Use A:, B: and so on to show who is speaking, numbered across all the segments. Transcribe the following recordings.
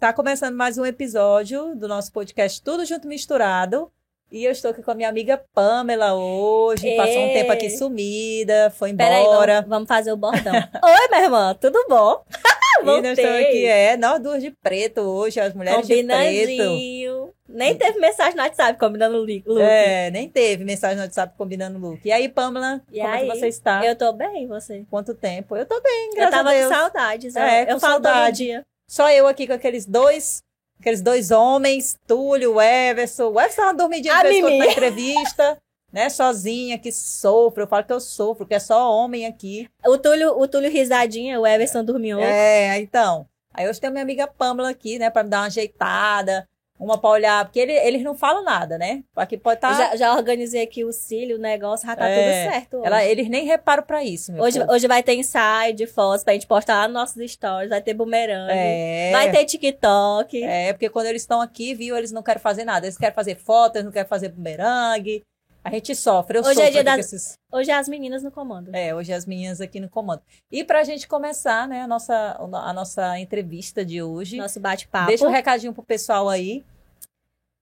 A: Tá começando mais um episódio do nosso podcast Tudo Junto Misturado. E eu estou aqui com a minha amiga Pamela hoje.
B: Ei.
A: Passou um tempo aqui sumida, foi
B: Peraí,
A: embora.
B: vamos, vamos fazer o bordão. Oi, minha irmã, tudo bom? Ah,
A: e nós estamos aqui, é, nós duas de preto hoje, as mulheres de preto.
B: Combinadinho. Nem teve mensagem no WhatsApp combinando o li- look.
A: É, nem teve mensagem no WhatsApp combinando look. E aí, Pamela,
B: E
A: como é que
B: aí?
A: você está?
B: Eu tô bem, e você?
A: Quanto tempo? Eu tô bem,
B: Eu
A: graças
B: tava
A: a
B: com
A: Deus.
B: saudades. ó.
A: É, com
B: eu falo todo
A: saudade.
B: dia.
A: Só eu aqui com aqueles dois, aqueles dois homens, Túlio, Everson. O Everson tava dormindo de
B: A
A: vez em quando
B: Mimi.
A: na entrevista, né? Sozinha, que sofro. Eu falo que eu sofro, que é só homem aqui.
B: O Túlio, o Túlio risadinha, o Everson dormiu.
A: É, então. Aí hoje tem a minha amiga Pamela aqui, né? Pra me dar uma ajeitada, uma pra olhar. Porque ele- eles não falam nada, né? Aqui pode estar...
B: Eu Já, já organizei aqui o cílio, o negócio, já tá
A: É,
B: tudo certo. hoje.
A: Ela, eles nem reparam pra isso, meu
B: Hoje,
A: povo.
B: hoje vai ter ensaio de fotos pra gente postar lá nos nossos stories, vai ter bumerangue,
A: É.
B: vai ter TikTok.
A: É, porque quando eles estão aqui, viu, eles não querem fazer nada. Eles querem fazer foto, eles não querem fazer bumerangue. A gente sofre, eu
B: Hoje é
A: sofro
B: dia
A: aqui
B: da-
A: com esses...
B: Hoje é as meninas no comando.
A: É, hoje as meninas aqui no comando. E pra gente começar, né, a nossa, a nossa entrevista de hoje,
B: Nosso bate-papo.
A: deixa um recadinho pro pessoal aí.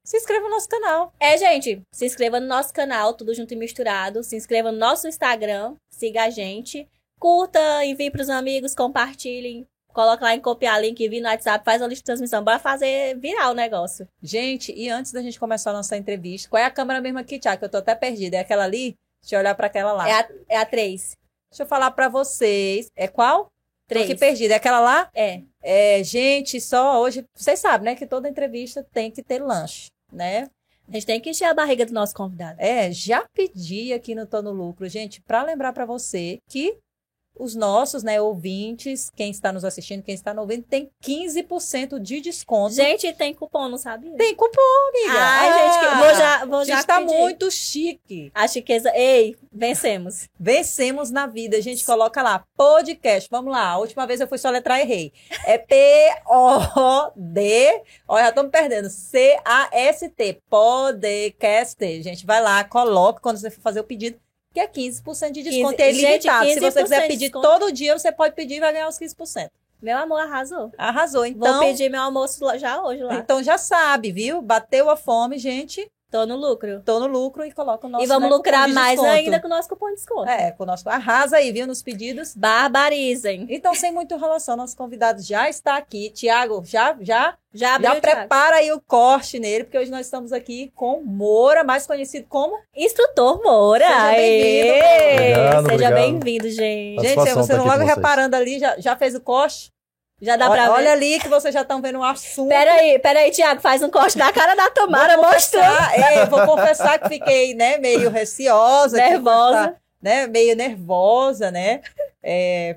A: Se inscreva no nosso canal.
B: É, gente, se inscreva no nosso canal, Tudo Junto e Misturado. Se inscreva no nosso Instagram, siga a gente. Curta, envie pros amigos, compartilhem. Coloca lá em copiar link, envie no WhatsApp, faz uma lista de transmissão. Bora fazer virar o negócio.
A: Gente, e antes da gente começar a nossa entrevista, qual é a câmera mesmo aqui, Tiago? Que eu tô até perdida. É aquela ali? Deixa eu olhar pra aquela lá.
B: É a, é a 3.
A: Deixa eu falar pra vocês. É qual? Tô aqui perdida. É aquela lá?
B: É.
A: É, gente, só hoje. Vocês sabem, né? Que toda entrevista tem que ter lanche, né?
B: A gente tem que encher a barriga do nosso convidado.
A: É, já pedi aqui no Tô no Lucro, gente, para lembrar para você que os nossos, né, ouvintes, quem está nos assistindo, quem está nos ouvindo, tem 15% de desconto.
B: Gente, tem cupom, não sabia?
A: tem cupom, amiga.
B: Ai, gente, que- vou já, vou já
A: gente, tá
B: pedir.
A: muito chique.
B: A chiqueza... Ei, vencemos.
A: Vencemos na vida. A gente coloca lá, podcast. Vamos lá. A última vez eu fui soletrar e errei. É P-O-D. Olha, já tô me perdendo. C-A-S-T. Podcast. Gente, vai lá, coloca quando você for fazer o pedido. Que é 15% de desconto. é
B: 15, gente,
A: ilimitado. Se você
B: 15%
A: quiser
B: de
A: pedir
B: desconto.
A: todo dia, você pode pedir e vai ganhar os 15%.
B: Meu amor, arrasou.
A: Arrasou.
B: Vou
A: Então,
B: pedir meu almoço lá- já hoje lá.
A: então já sabe, viu? Bateu a fome, gente.
B: Tô no lucro.
A: Tô no lucro e coloca o nosso
B: e vamos
A: né, cupom
B: lucrar
A: de
B: mais
A: desconto.
B: ainda com o nosso cupom de desconto.
A: É, com o nosso. Arrasa aí, viu? Nos pedidos.
B: Barbarizem.
A: Então, sem muita enrolação, nosso convidado já está aqui. Tiago, já, já,
B: Já abriu
A: já
B: o Thiago.
A: prepara aí o corte nele, porque hoje nós estamos aqui com Moura, mais conhecido como.
B: Instrutor Moura.
A: Seja bem-vindo,
B: Aê!
C: Obrigado,
B: Seja
C: obrigado.
B: bem-vindo, gente.
C: Satisfação
A: Gente, vocês
C: tá aqui
A: logo
C: com vocês.
A: reparando ali, já, já fez o corte?
B: Já dá
A: Ó,
B: pra ver.
A: Olha ali que vocês já estão vendo um assunto.
B: Peraí, peraí, Tiago, faz um corte na cara da Tomara,
A: Vou
B: mostrando.
A: confessar, é, vou confessar que fiquei, né, meio receosa. que
B: Nervosa.
A: tá, né, meio nervosa, né? É,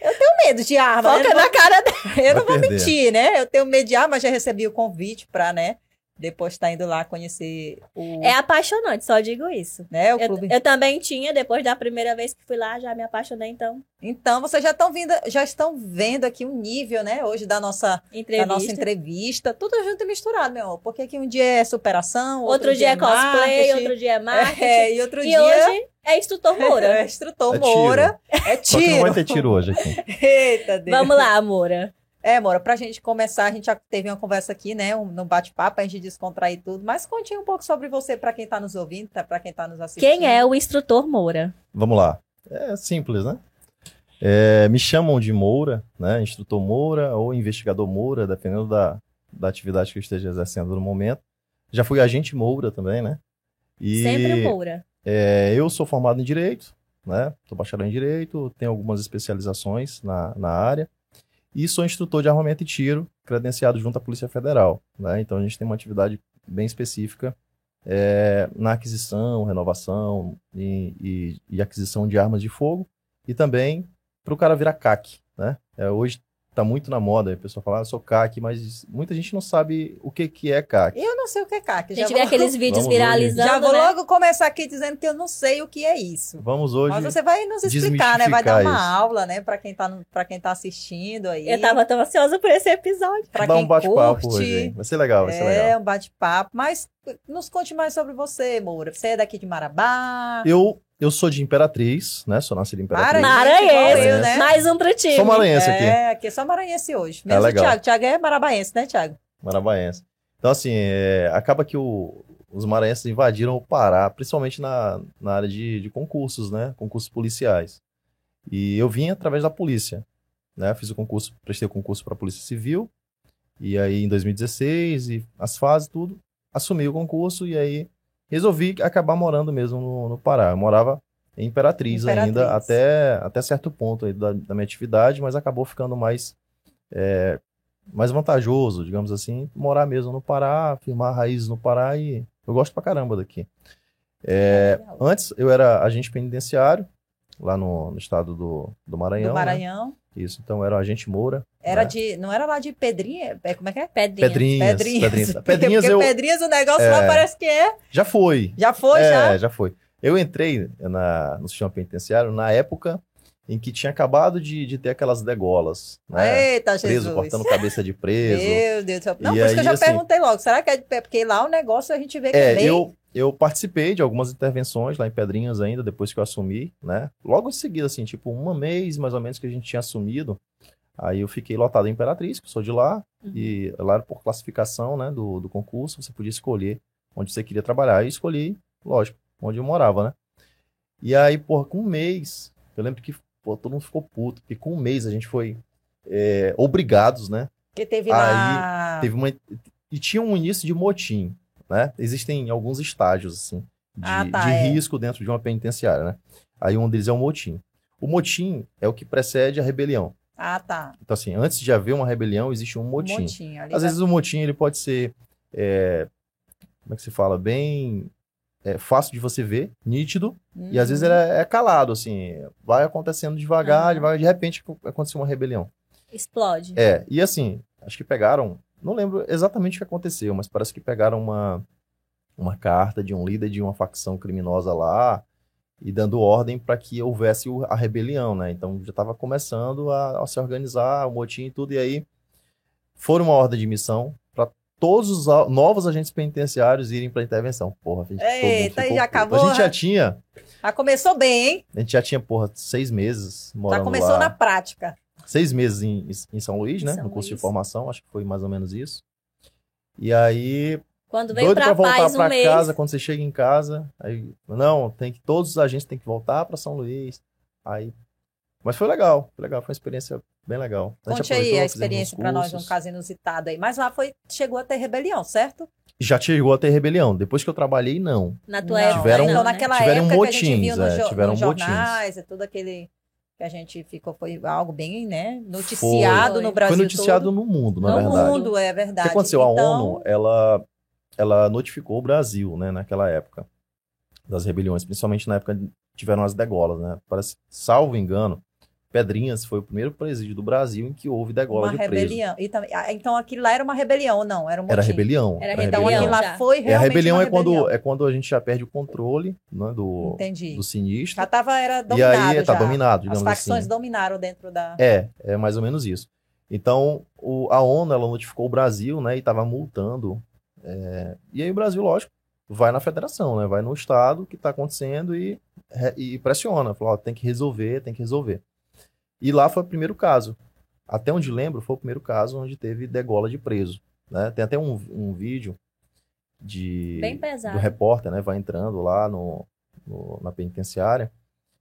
A: eu tenho medo de arma, né?
B: Foca na cara dela.
A: Eu não
C: Vai
A: vou
C: perder.
A: mentir, né? Eu tenho medo de ah, mas já recebi o convite pra, né? Depois tá indo lá conhecer o,
B: É apaixonante, só digo isso.
A: né, o
B: Eu,
A: clube.
B: eu também tinha, depois da primeira vez que fui lá, já me apaixonei, então.
A: Então, vocês já estão vindo, já estão vendo aqui o nível, né? Hoje da nossa, da
B: Entrevista.
A: nossa entrevista. Tudo junto e misturado, meu amor. Porque aqui um dia é superação,
B: outro, dia é cosplay,
A: marketing,
B: outro dia é marketing.
A: É, e outro
B: e
A: dia
B: hoje é instrutor Moura.
A: é instrutor
C: É tiro.
A: Moura. É
C: Só que não vai
A: tiro.
C: ter tiro hoje aqui.
A: Eita, Deus.
B: Vamos lá, Moura.
A: É, Mora, pra gente começar, a gente já teve uma conversa aqui, né? Um, no bate-papo, a gente descontrair tudo. Mas conte um pouco sobre você pra quem tá nos ouvindo, tá, pra quem tá nos assistindo.
B: Quem é o instrutor Moura?
C: Vamos lá. É simples, né? É, me chamam de Moura, né? Instrutor Moura ou investigador Moura, dependendo da, da atividade que eu esteja exercendo no momento. Já fui agente Moura também, né? E
B: Sempre Moura.
C: é, eu sou formado em Direito, né? Sou bacharel em Direito, tenho algumas especializações na, na área. E sou instrutor de armamento e tiro, credenciado junto à Polícia Federal, né? Então a gente tem uma atividade bem específica é, na aquisição, renovação e, e- e aquisição de armas de fogo e também para o cara virar CAC, né? É, hoje está muito na moda, a pessoa fala, ah, eu sou CAC, mas muita gente não sabe o que, que é CAC.
A: Eu não sei o que é CAC.
B: A
A: já
B: gente
A: vou,
B: vê aqueles vídeos
C: Vamos hoje.
B: viralizando,
A: já vou
B: né?
A: logo começar aqui dizendo que eu não sei o que é isso.
C: Vamos hoje...
A: Mas você vai nos explicar, né? Vai dar uma
C: desmistificar isso.
A: aula, né? Pra quem tá, no- pra quem tá assistindo aí.
B: Eu tava tão ansiosa por esse episódio.
A: pra
C: dar
A: quem
C: um bate-papo
A: curte.
C: hoje, hein? Vai ser legal, vai ser legal.
A: É, um bate-papo. Mas nos conte mais sobre você, Moura. Você é daqui de Marabá?
C: Eu, Eu sou de Imperatriz, né? Sou nascido em Imperatriz.
A: Maranhense.
B: Maranhense.
A: igual eu, né?
B: Mais um pro time.
C: Sou maranhense aqui, Tá
A: É, aqui é só maranhense hoje. Mesmo o
C: legal.
A: Thiago. Thiago é marabaense, né, Thiago?
C: marabaense. Então, assim, é, acaba que o- os maranhenses invadiram o Pará, principalmente na, na área de, de concursos, né? Concursos policiais. E eu vim através da polícia, né? Fiz o concurso, prestei o concurso para a Polícia Civil. E aí, em 2016, e as fases, tudo, assumi o concurso e aí resolvi acabar morando mesmo no, no Pará. Eu morava em Imperatriz,
A: Imperatriz.
C: ainda, até, até certo ponto aí da, da minha atividade, mas acabou ficando mais, é, mais vantajoso, digamos assim, morar mesmo no Pará, firmar raízes no Pará e eu gosto pra caramba daqui. É,
A: Legal.
C: antes eu era agente penitenciário, lá no, no estado do, do Maranhão.
A: Do
C: né?
A: Maranhão.
C: Isso, então eu era o agente Moura.
A: Era
C: né?
A: de. Não era lá de Pedrinha? É, como é que é?
B: Pedrinha.
C: Pedrinhas. Pedrinhas. Pedrinhas, Pedrinhas
A: porque
C: eu.
A: Pedrinhas o negócio
C: É.
A: lá parece que é.
C: Já foi.
A: Já foi,
C: é,
A: já.
C: já foi. Eu entrei na- no sistema penitenciário na época em que tinha acabado de, de ter aquelas degolas, né?
A: Eita,
C: preso,
A: Jesus.
C: cortando cabeça de preso.
A: Meu Deus do céu. Não,
C: E
A: por isso que eu
C: aí,
A: já
C: assim-
A: perguntei logo. Será que é de pé? Porque lá o negócio a gente vê que é,
C: É,
A: bem.
C: eu, eu participei de algumas intervenções lá em Pedrinhas ainda, depois que eu assumi, né? Logo em seguida, assim, tipo, um mês mais ou menos que a gente tinha assumido. Aí eu fiquei lotado em Imperatriz, que eu sou de lá, e lá era por classificação, né, do, do concurso, você podia escolher onde você queria trabalhar. Aí eu escolhi, lógico, onde eu morava, né? E aí, porra, com um mês, eu lembro que pô, todo mundo ficou puto, porque com um mês a gente foi é, obrigados, né?
A: Que teve
C: aí
A: lá.
C: Teve uma. E tinha um início de motim, né? Existem alguns estágios, assim, de,
A: Ah, tá,
C: de
A: é.
C: risco dentro de uma penitenciária, né? Aí um deles é o motim. O motim é o que precede a rebelião.
A: Ah, tá.
C: Então, assim, antes de haver uma rebelião, existe um
A: Um
C: motim.
A: Motim. ali
C: Às
A: já-
C: vezes o motim, ele pode ser, é, como é que se fala? Bem é, fácil de você ver, nítido, e às vezes
A: Uhum.
C: ele é, é calado, assim, vai acontecendo devagar,
B: Aham.
C: devagar, de repente aconteceu uma rebelião.
B: Explode.
C: É, e assim, acho que pegaram, não lembro exatamente o que aconteceu, mas parece que pegaram uma, uma carta de um líder de uma facção criminosa lá e dando ordem para que houvesse o- a rebelião, né? Então já estava começando a, a se organizar, o motim e tudo, e aí foram uma ordem de missão para todos os a- novos agentes penitenciários irem para intervenção. Porra, a gente, todo mundo
A: Eita, e
C: ficou
A: já
C: puto.
A: acabou,
C: A gente já
A: né?
C: tinha,
A: Ah, começou bem, hein?
C: a gente já tinha, porra, seis meses morando
A: Já começou
C: lá
A: na prática.
C: seis meses em, em São Luís,
B: Em
C: né?
B: São
C: no curso
B: Luís.
C: de formação, acho que foi mais ou menos isso. E aí,
B: Quando veio
C: doido pra
B: pra,
C: voltar
B: paz um
C: pra
B: mês.
C: casa, quando você chega em casa, aí, não, tem que, todos os agentes têm que voltar pra São Luís. Aí, mas foi legal, foi legal, foi uma experiência bem legal. gente
A: Conte aí
C: aproveitou,
A: a
C: fizemos
A: experiência
C: uns
A: pra nós, um
C: cursos.
A: caso inusitado aí. Mas lá foi, chegou a ter rebelião, certo?
C: Já chegou a ter rebelião, depois que eu trabalhei, não.
B: Na tua
A: Não,
B: época.
C: Tiveram- um
B: não,
A: então,
B: né?
A: naquela
C: Tiveram
A: época que a gente
C: motins,
A: viu no
C: é,
A: jo-
C: tiveram
A: nos
C: motins.
A: jornais, é tudo aquele que a gente ficou, foi algo bem, né, noticiado
B: Foi.
A: no Brasil
C: foi noticiado
A: todo.
C: no mundo, na
A: no
C: verdade.
A: mundo, é
C: O que
A: verdade.
C: aconteceu?
A: Então,
C: A ONU, ela, ela notificou o Brasil, né, naquela época das rebeliões, principalmente na época que tiveram as degolas, né? Parece, salvo engano, Pedrinhas foi o primeiro presídio do Brasil em que houve degola
A: uma
C: de preso.
A: rebelião. E também- ah, então aquilo lá era uma rebelião, ou não? Era um
C: Era
A: motim.
C: rebelião.
B: Era
A: Então
B: rebelião.
A: aquilo lá
B: Já.
A: foi
C: É,
A: realmente
C: a rebelião
A: uma
C: é quando,
A: rebelião.
C: é quando a gente já perde o controle né, do,
A: Entendi.
C: do sinistro.
A: Já tava, era
C: E
A: dominado
C: aí tá
A: já.
C: dominado,
A: As
C: digamos assim.
A: facções dominaram dentro da...
C: É, é mais ou menos isso. Então, o- a ONU, ela notificou o Brasil, né, e estava multando. é, e aí o Brasil, lógico, vai na federação, né, vai no estado que está acontecendo e, re- e pressiona, fala, ó, tem que resolver, tem que resolver. E lá foi o primeiro caso. Até onde lembro, foi o primeiro caso onde teve degola de preso, né? Tem até um, um vídeo de
B: Bem
C: do
B: pesado.
C: repórter, né? Vai entrando lá no, no- na penitenciária,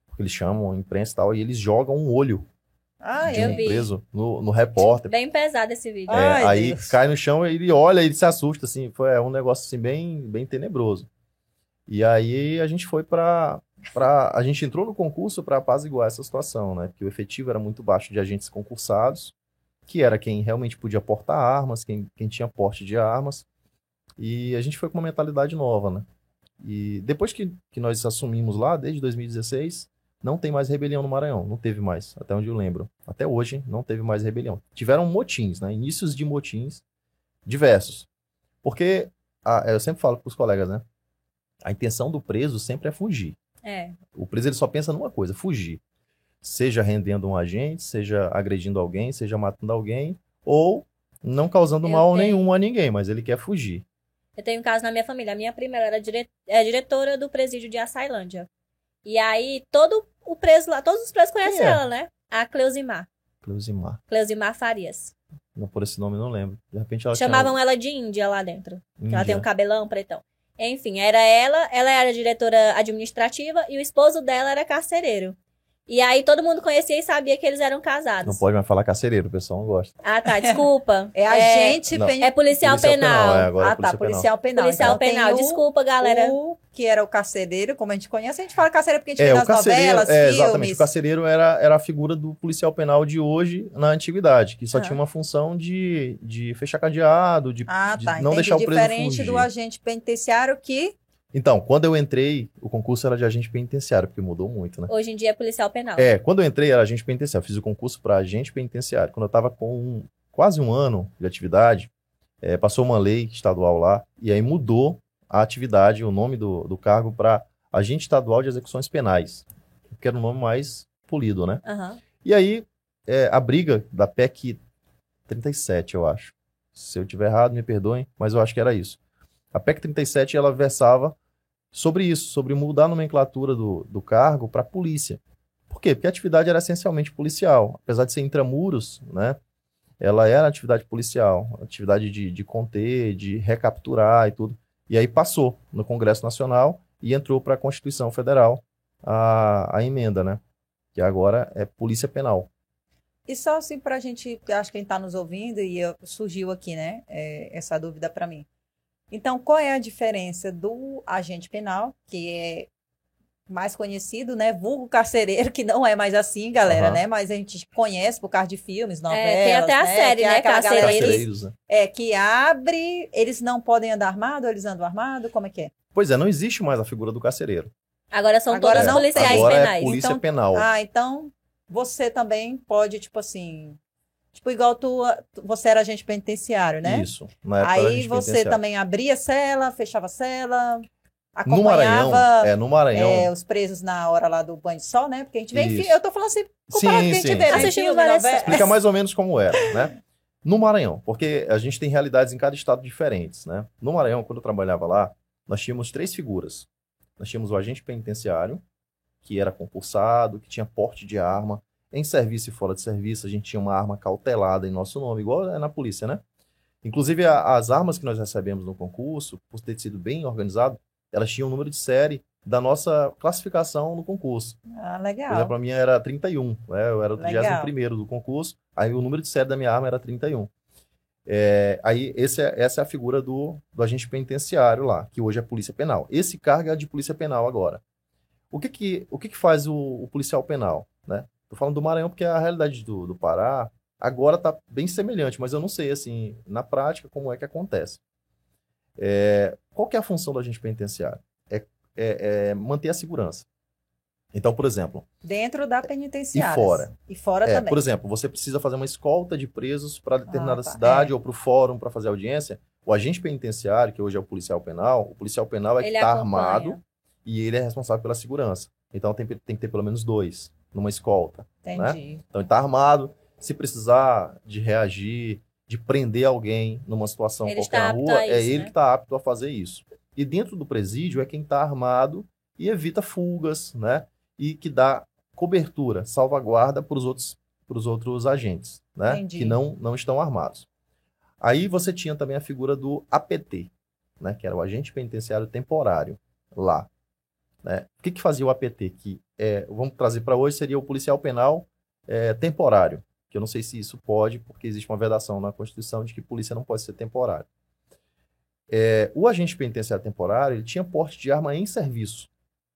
C: porque eles chamam a imprensa e tal, e eles jogam um olho
A: Ah,
C: de
B: eu
A: eu
C: um
A: vi.
B: vi.
C: preso no, no repórter.
B: Bem pesado esse vídeo.
C: É,
A: Ai,
C: aí
A: Deus.
C: cai no chão, ele olha, ele se assusta, assim, foi é um negócio assim bem, bem tenebroso. E aí a gente foi pra, pra a gente entrou no concurso para apaziguar essa situação, né? Porque o efetivo era muito baixo de agentes concursados, que era quem realmente podia portar armas, quem, quem tinha porte de armas. E a gente foi com uma mentalidade nova, né? E depois que, que nós assumimos lá, desde 2016, não tem mais rebelião no Maranhão. Não teve mais, até onde eu lembro. Até hoje, não teve mais rebelião. Tiveram motins, né? Inícios de motins diversos. Porque, a- é, eu sempre falo para os colegas, né? A intenção do preso sempre é fugir.
B: É.
C: O preso ele só pensa numa coisa, fugir. Seja rendendo um agente, seja agredindo alguém, seja matando alguém, ou não causando
B: Eu
C: mal
B: tenho.
C: nenhum a ninguém, mas ele quer fugir.
B: Eu tenho um caso na minha família. A minha prima ela era dire- é, diretora do presídio de Açailândia. E aí, todo o preso lá, todos os presos conhecem
C: Quem é?
B: ela, né? A Cleusimar.
C: Cleusimar.
B: Cleusimar Farias.
C: Não, por esse nome eu não lembro. De repente ela
B: Chamavam ela de Índia lá dentro.
C: tinha...
B: Que ela tem um cabelão pretão. Enfim, era ela, ela era diretora administrativa e o esposo dela era carcereiro. E aí todo mundo conhecia e sabia que eles eram casados.
C: Não pode mais falar carcereiro, o pessoal não gosta.
B: Ah, tá, desculpa.
A: É agente
C: Não.
A: penal.
B: É policial,
C: Policial penal,
B: penal.
C: é. Agora é
A: ah, tá.
C: policial penal.
A: Policial penal.
B: Policial
A: Então, tem
B: penal,
A: o-
B: desculpa, galera.
A: O que era o carcereiro, como a gente conhece, a gente fala carcereiro porque a gente
C: É,
A: vê
C: o
A: nas
C: carcereiro,
A: novelas,
C: é,
A: filmes.
C: exatamente. O carcereiro era, era a figura do policial penal de hoje na antiguidade, que só
A: Ah.
C: tinha uma função de, de fechar cadeado, de,
A: Ah,
C: de
A: tá.
C: não
A: entendi.
C: deixar o preso
A: Diferente
C: fugir.
A: do agente penitenciário que
C: Então, quando eu entrei, o concurso era de agente penitenciário, porque mudou muito, né?
B: Hoje em dia é policial
A: Ah.
B: penal.
C: É, quando eu entrei era agente penitenciário. Fiz o concurso para agente penitenciário. Quando eu estava com um- quase um ano de atividade, eh, passou uma lei estadual lá, e aí mudou a atividade, o nome do, do cargo, para agente estadual de execuções penais, que era um nome mais polido, né?
B: Aham.
C: E aí, eh, a briga da PEC 37, eu acho. Se eu tiver errado, me perdoem, mas eu acho que era isso. A PEC 37, ela versava sobre isso, sobre mudar a nomenclatura do, do cargo para polícia. Por quê? Porque a atividade era essencialmente policial. Apesar de ser intramuros, né? Ela era atividade policial, atividade de, de conter, de recapturar e tudo. E aí passou no Congresso Nacional e entrou para a Constituição Federal a, a emenda, né? que agora é polícia penal.
A: E só assim para a gente, porque eu acho que quem está nos ouvindo e eu- surgiu aqui, né, é, essa dúvida para mim. Então, qual é a diferença do agente penal, que é mais conhecido, né, vulgo carcereiro, que não é mais assim, galera,
C: Aham.
A: né, mas a gente conhece por causa de filmes, novelas,
B: É, tem até a
A: né,
B: série,
A: que é
B: né,
A: aquela galera que-
B: Carcereiros.
C: né?
A: é, que abre, eles não podem andar armado, eles andam armado, como é que é?
C: Pois é, não existe mais a figura do carcereiro.
B: Agora são
A: Agora
B: todos
A: não
B: policiais
A: tem.
C: agora é
B: penais.
C: polícia
A: Então-
C: penal.
A: Ah, então você também pode, tipo assim, tipo igual tua, você era agente penitenciário, né?
C: Isso. Na época era
A: Aí
C: agente
A: você
C: penitenciário.
A: também abria a cela, fechava a cela,
C: No
A: acompanhava
C: Maranhão, é, no Maranhão.
A: é, os presos na hora lá do banho de sol, né? Porque a gente vê, em
C: Isso.
A: fi- eu tô falando assim, comparado com o que
C: sim,
A: a gente
C: sim.
A: vê, né?
B: Assistindo
A: Filme,
B: várias
A: novela.
C: Explica mais ou menos como era, né? No Maranhão, porque a gente tem realidades em cada estado diferentes, né? No Maranhão, quando eu trabalhava lá, nós tínhamos três figuras. Nós tínhamos o agente penitenciário, que era concursado, que tinha porte de arma. Em serviço e fora de serviço, a gente tinha uma arma cautelada em nosso nome, igual é na polícia, né? Inclusive, a- as armas que nós recebemos no concurso, por ter sido bem organizado, elas tinham o número de série da nossa classificação no concurso.
A: Ah,
C: Por exemplo,
A: legal.
C: pra mim era 31, né? Eu era o
A: Legal.
C: 31 do concurso, aí o número de série da minha arma era 31. É, aí esse é- essa é a figura do, do agente penitenciário lá, que hoje é polícia penal. Esse cargo é de polícia penal agora. O que que, o que, que faz o, o policial penal, né? Tô falando do Maranhão porque a realidade do, do Pará agora tá bem semelhante, mas eu não sei, assim, na prática, como é que acontece. É, qual que é a função do agente penitenciário? É- é- é manter a segurança. Então, por exemplo,
A: Dentro da penitenciária.
C: E fora.
A: E fora
C: é,
A: também.
C: por exemplo, você precisa fazer uma escolta de presos para determinada
B: Ah,
A: tá.
C: cidade
B: É.
C: ou para o fórum para fazer audiência. O agente penitenciário, que hoje é o policial penal, o policial penal é que
B: Ele
C: está
B: acompanha.
C: armado e ele é responsável pela segurança. Então tem, tem que ter pelo menos dois numa escolta.
A: Entendi.
C: Então ele está armado. Se precisar de reagir, de prender alguém numa situação
B: Ele
C: qualquer
B: está
C: na
B: apto
C: rua,
B: a
C: é
B: isso,
C: ele
B: né?
C: que está apto a fazer isso. E dentro do presídio é quem está armado e evita fugas, né? E que dá cobertura, salvaguarda para os outros, pros outros agentes, né?
A: Entendi.
C: Que não, não estão armados. Aí você tinha também a figura do APT, né? Que era o agente penitenciário temporário lá. né? O que, que fazia o APT? Que é, vamos trazer para hoje seria o policial penal é, temporário que eu não sei se isso pode, porque existe uma vedação na Constituição de que polícia não pode ser temporária. É, o agente penitenciário temporário, ele tinha porte de arma em serviço,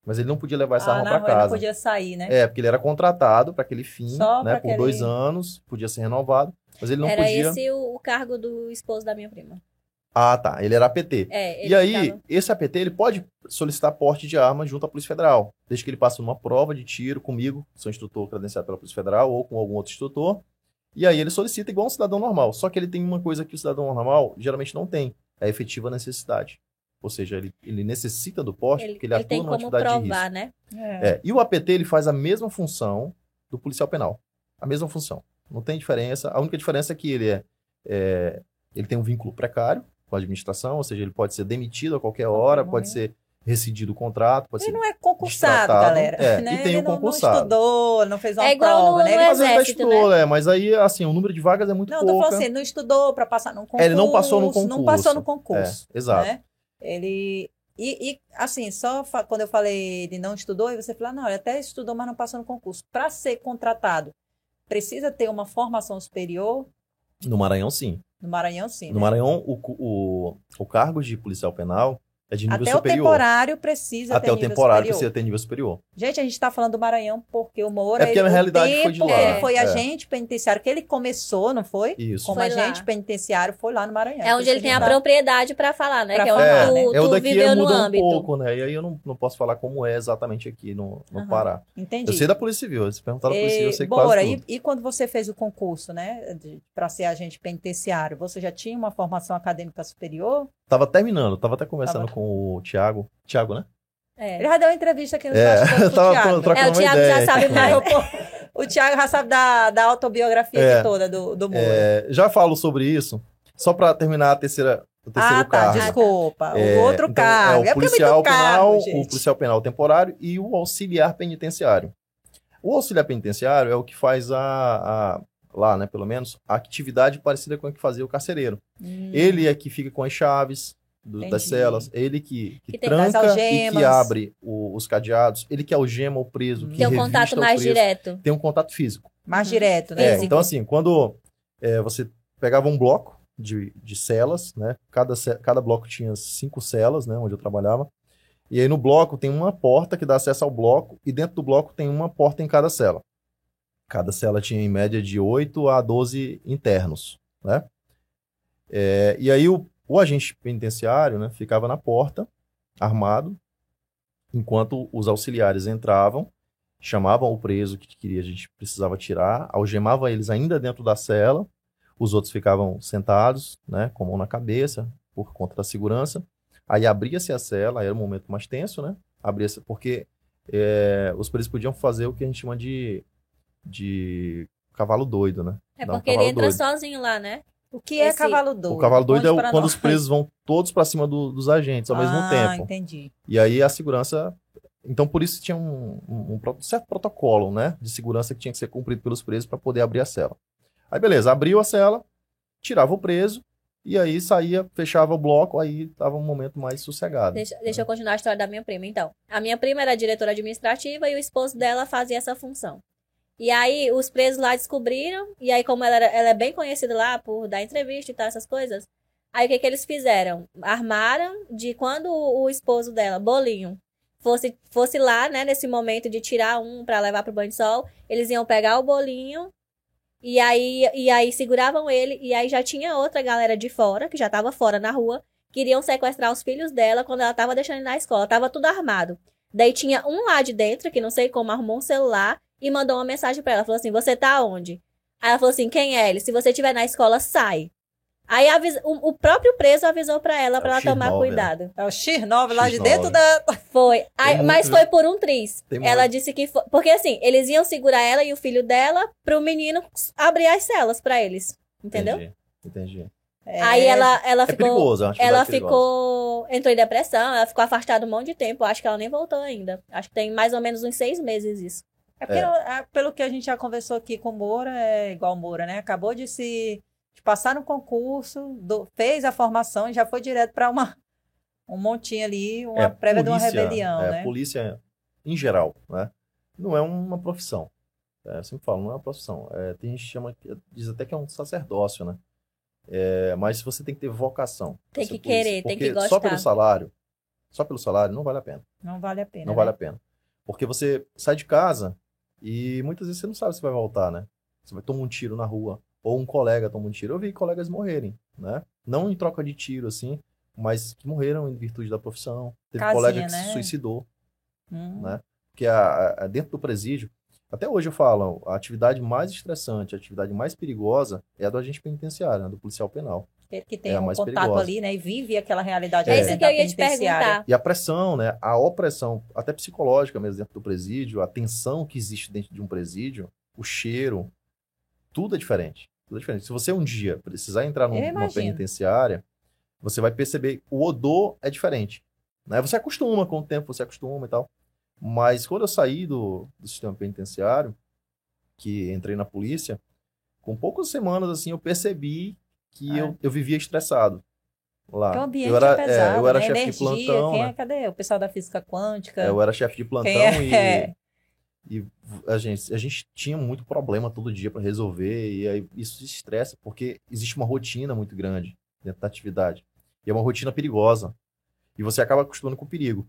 C: mas ele não podia levar essa
A: ah,
C: arma
A: na
C: para
A: rua não
C: casa.
A: podia sair, né?
C: É, porque ele era contratado para aquele fim,
A: Só
C: né,
A: pra
C: por dois
A: aquele-
C: anos, podia ser renovado, mas ele não
B: Era
C: podia.
B: esse o, o cargo do esposo da minha prima.
C: Ah, tá, ele era APT.
B: É, ele
C: E aí,
B: ficava-
C: esse APT, ele pode solicitar porte de arma junto à Polícia Federal, desde que ele passe numa prova de tiro comigo, sou instrutor credenciado pela Polícia Federal, ou com algum outro instrutor, e aí ele solicita igual um cidadão normal, só que ele tem uma coisa que o cidadão normal geralmente não tem, é a efetiva necessidade. Ou seja, ele, ele necessita do porte
B: ele,
C: porque ele é
B: ele
C: atua
B: tem
C: numa
B: como
C: atividade de risco.
B: provar, né?
A: É.
C: É, e o APT ele faz a mesma função do policial penal. A mesma função. Não tem diferença. A única diferença é que ele é, é, ele tem um vínculo precário com a administração, ou seja, ele pode ser demitido a qualquer hora,
A: momento.
C: pode ser rescindir do contrato, pode
A: Uhum. Ele
C: ser
A: não é concursado,
C: tipo assim, Destratado,
A: galera.
C: é,
A: né?
C: e tem
A: ele
C: o
A: não, não
C: concursado.
A: estudou, não fez uma
B: É igual
A: prova,
B: no-
A: né?
B: no
A: Ele-
C: Mas ele já
B: exército,
C: estudou, né? Mas aí, assim, o número de vagas é muito
A: Não, eu tô
C: pouca.
A: falando assim, ele não estudou para passar num concurso.
C: É, ele não passou no
A: Não
C: concurso.
A: passou no concurso.
C: É, exato.
A: né? Ele. E, e, assim, só fa- quando eu falei ele não estudou, e você fala, não, ele até estudou, mas não passou no concurso. Para ser contratado, precisa ter uma formação superior?
C: No Maranhão, sim.
A: No Maranhão, sim.
C: No
A: né?
C: Maranhão, o, cu- o, o cargo de policial penal é de nível
A: Até o
C: superior.
A: temporário precisa
C: Até
A: ter
C: o
A: nível
C: temporário
A: superior.
C: precisa ter nível superior.
A: Gente, a gente está falando do Maranhão porque o Moura.
C: É porque
A: ele-
C: a
A: o
C: realidade foi de
A: tempo
B: lá.
A: que Ele foi
C: É.
A: agente penitenciário, que ele começou, não foi?
C: Isso.
A: Como
B: Foi
A: agente
B: lá.
A: penitenciário, foi lá no Maranhão.
B: É onde ele tem a
A: branca.
B: propriedade pra falar, né?
A: Pra
B: que é onde
A: falar,
B: tu,
A: né?
B: tu
C: é o daqui
B: viveu no
C: muda um
B: âmbito.
C: pouco, né? E aí eu não, não posso falar como é exatamente aqui no, no
A: Aham.
C: Pará.
A: Entendi.
C: Eu sei da Polícia Civil. Se perguntar da Polícia Civil, eu sei
A: Eh, Bora,
C: quase
A: e,
C: tudo.
A: e quando você fez o concurso, né, para ser agente penitenciário, você já tinha uma formação acadêmica superior?
C: Tava terminando, tava até conversando
A: Tava.
C: com o Thiago. Thiago, né?
B: É.
A: Ele já deu uma entrevista aqui no
C: É,
A: bastidores
C: eu
A: pro
C: tava
A: Thiago,
C: tro-
A: né?
B: É,
C: trocando
B: o
C: uma
B: Thiago
C: ideia.
B: já sabe
C: aqui com
B: mais.
C: ele.
A: O Thiago já sabe da, da autobiografia
C: É.
A: aqui toda do, do Ah, Moura.
C: É, já falo sobre isso. Só pra terminar a terceira, o terceiro
A: ah, tá,
C: cargo.
A: desculpa.
C: É,
A: o outro
C: então,
A: cargo.
C: É o
A: porque muito
C: policial
A: cargo,
C: penal, o
A: gente.
C: policial penal temporário e o auxiliar penitenciário. O auxiliar penitenciário é o que faz a, a- lá, né, pelo menos, a atividade parecida com a que fazia o carcereiro.
A: Hum,
C: Ele é que fica com as chaves do- das
A: Entendi.
C: celas, ele que, que
B: Que tem
A: das
C: tranca e
A: algemas.
C: que abre o- os cadeados, ele que algema o preso,
A: Hum.
C: que
B: Tem um
C: revista
B: contato
C: o
B: mais
C: preso,
B: direto.
C: Tem um contato físico.
A: mais direto, né?
C: É,
B: Físico.
C: então assim, quando é, você pegava um bloco de, de celas, né? Cada, ce- cada bloco tinha cinco celas, né? Onde eu trabalhava. E aí no bloco tem uma porta que dá acesso ao bloco e dentro do bloco tem uma porta em cada cela. Cada cela tinha em média de 8 a 12 internos, né? É, e aí o, o agente penitenciário, né? Ficava na porta, armado, enquanto os auxiliares entravam chamavam o preso que queria, a gente precisava tirar, algemava eles ainda dentro da cela, os outros ficavam sentados, né, com a mão na cabeça, por conta da segurança. Aí abria-se a cela, aí era o momento mais tenso, né? Abria-se, porque é, os presos podiam fazer o que a gente chama de, de cavalo doido, né?
B: É
C: Dá um
B: porque ele
C: cavalo
B: entra
C: doido.
B: sozinho lá, né?
A: O que é
B: Esse-
A: cavalo doido?
C: O cavalo doido
A: Conte
C: é o-
A: pra
C: quando
A: nós.
C: os presos vão todos para cima do- dos agentes ao mesmo
A: ah,
C: tempo.
A: entendi.
C: E aí a segurança. Então, por isso tinha um, um- um pro- certo protocolo, né? De segurança que tinha que ser cumprido pelos presos para poder abrir a cela. Aí, beleza, abriu a cela, tirava o preso, e aí saía, fechava o bloco, aí tava um momento mais sossegado.
B: Deixa, deixa eu continuar a história da minha prima, então. A minha prima era diretora administrativa e o esposo dela fazia essa função. E aí, os presos lá descobriram, e aí, como ela, era- ela é bem conhecida lá por dar entrevista e tal, essas coisas, aí o que, que eles fizeram? Armaram de quando o, o esposo dela, Bolinho, fosse, fosse lá, né, nesse momento de tirar um pra levar pro banho de sol, eles iam pegar o Bolinho, e aí, e aí seguravam ele, e aí já tinha outra galera de fora, que já tava fora na rua, queriam sequestrar os filhos dela quando ela tava deixando ele na escola. Tava tudo armado. Daí tinha um lá de dentro, que não sei como, arrumou um celular e mandou uma mensagem pra ela. Falou assim: Você tá onde? Aí ela falou assim: Quem é ele? Se você estiver na escola, sai. Aí avisa- o, o próprio preso avisou pra ela, pra
C: É o
B: ela tomar
C: Chernobyl,
B: cuidado.
A: É o X9 lá de
C: X9.
A: dentro da.
B: Foi. Aí-
C: muito,
B: mas
C: né?
B: foi por um triz.
C: Tem
B: Ela
C: muito.
B: disse que foi. Porque assim, eles iam segurar ela e o filho dela pro menino abrir as celas pra eles. Entendeu?
C: Entendi. Entendi.
A: É,
B: Aí ela, ela
C: É
B: ficou.
C: perigoso, é uma atividade
B: Ela
C: perigosa.
B: ficou. Entrou em depressão, ela ficou afastada um monte de tempo. Acho que ela nem voltou ainda. Acho que tem mais ou menos uns seis meses isso.
A: É porque, é, pelo que a gente já conversou aqui com o Moura, é igual o Moura, né? Acabou de se de passar no concurso, do- fez a formação e já foi direto para uma um montinho ali, uma
C: É,
A: prévia de uma
C: polícia,
A: rebelião,
C: é,
A: né?
C: Polícia em geral, né? Não é uma profissão. É, eu sempre falo, não é uma profissão. É, tem gente que chama, diz até que é um sacerdócio, né? É, mas você tem que ter vocação. pra
B: Tem
C: ser
B: que
C: polícia,
B: querer, tem que
C: porque
B: gostar.
C: Só pelo salário, só pelo salário não vale a pena.
A: Não vale a pena.
B: É
C: Não
A: né?
C: vale a pena. Porque você sai de casa e muitas vezes você não sabe se vai voltar, né? Você vai tomar um tiro na rua. Ou um colega toma um tiro. Eu vi colegas morrerem, né? Não em troca de tiro, assim, mas que morreram em virtude da profissão. Teve
A: Casinha,
C: colega que
A: né?
C: se suicidou,
A: Hum.
C: né? porque a, a- a- dentro do presídio, até hoje eu falo, a atividade mais estressante, a atividade mais perigosa é a do agente penitenciário, né? do policial penal.
A: Ele que tem
C: É a
A: um
C: mais
A: contato
C: perigosa.
A: ali, né? E vive aquela realidade.
B: É,
A: ali
B: isso
A: dentro
B: que eu
A: da
B: ia te
A: penitenciária.
B: perguntar.
C: E a pressão, né? A opressão, até psicológica mesmo dentro do presídio, a tensão que existe dentro de um presídio, o cheiro, tudo é diferente. Tudo é diferente. Se você um dia precisar entrar num-
A: Eu
C: numa
A: imagino.
C: penitenciária, você vai perceber que o odor é diferente. Né? Você acostuma com o tempo, você acostuma e tal. Mas quando eu saí do, do sistema penitenciário, que entrei na polícia, com poucas semanas, assim, eu percebi que
A: Ah.
C: eu, eu vivia estressado lá.
A: Porque o ambiente
C: eu era,
A: é pesado,
C: eu era
A: né?
C: chefe de
A: Energia,
C: plantão,
A: quem
C: né?
A: é, cadê? O pessoal da física quântica.
C: É, Eu era chefe de plantão
A: Quem
C: e,
A: é?
C: e a, gente, a gente tinha muito problema todo dia para resolver, e aí isso estressa, porque existe uma rotina muito grande dentro da atividade. E é uma rotina perigosa. E você acaba acostumando com o perigo.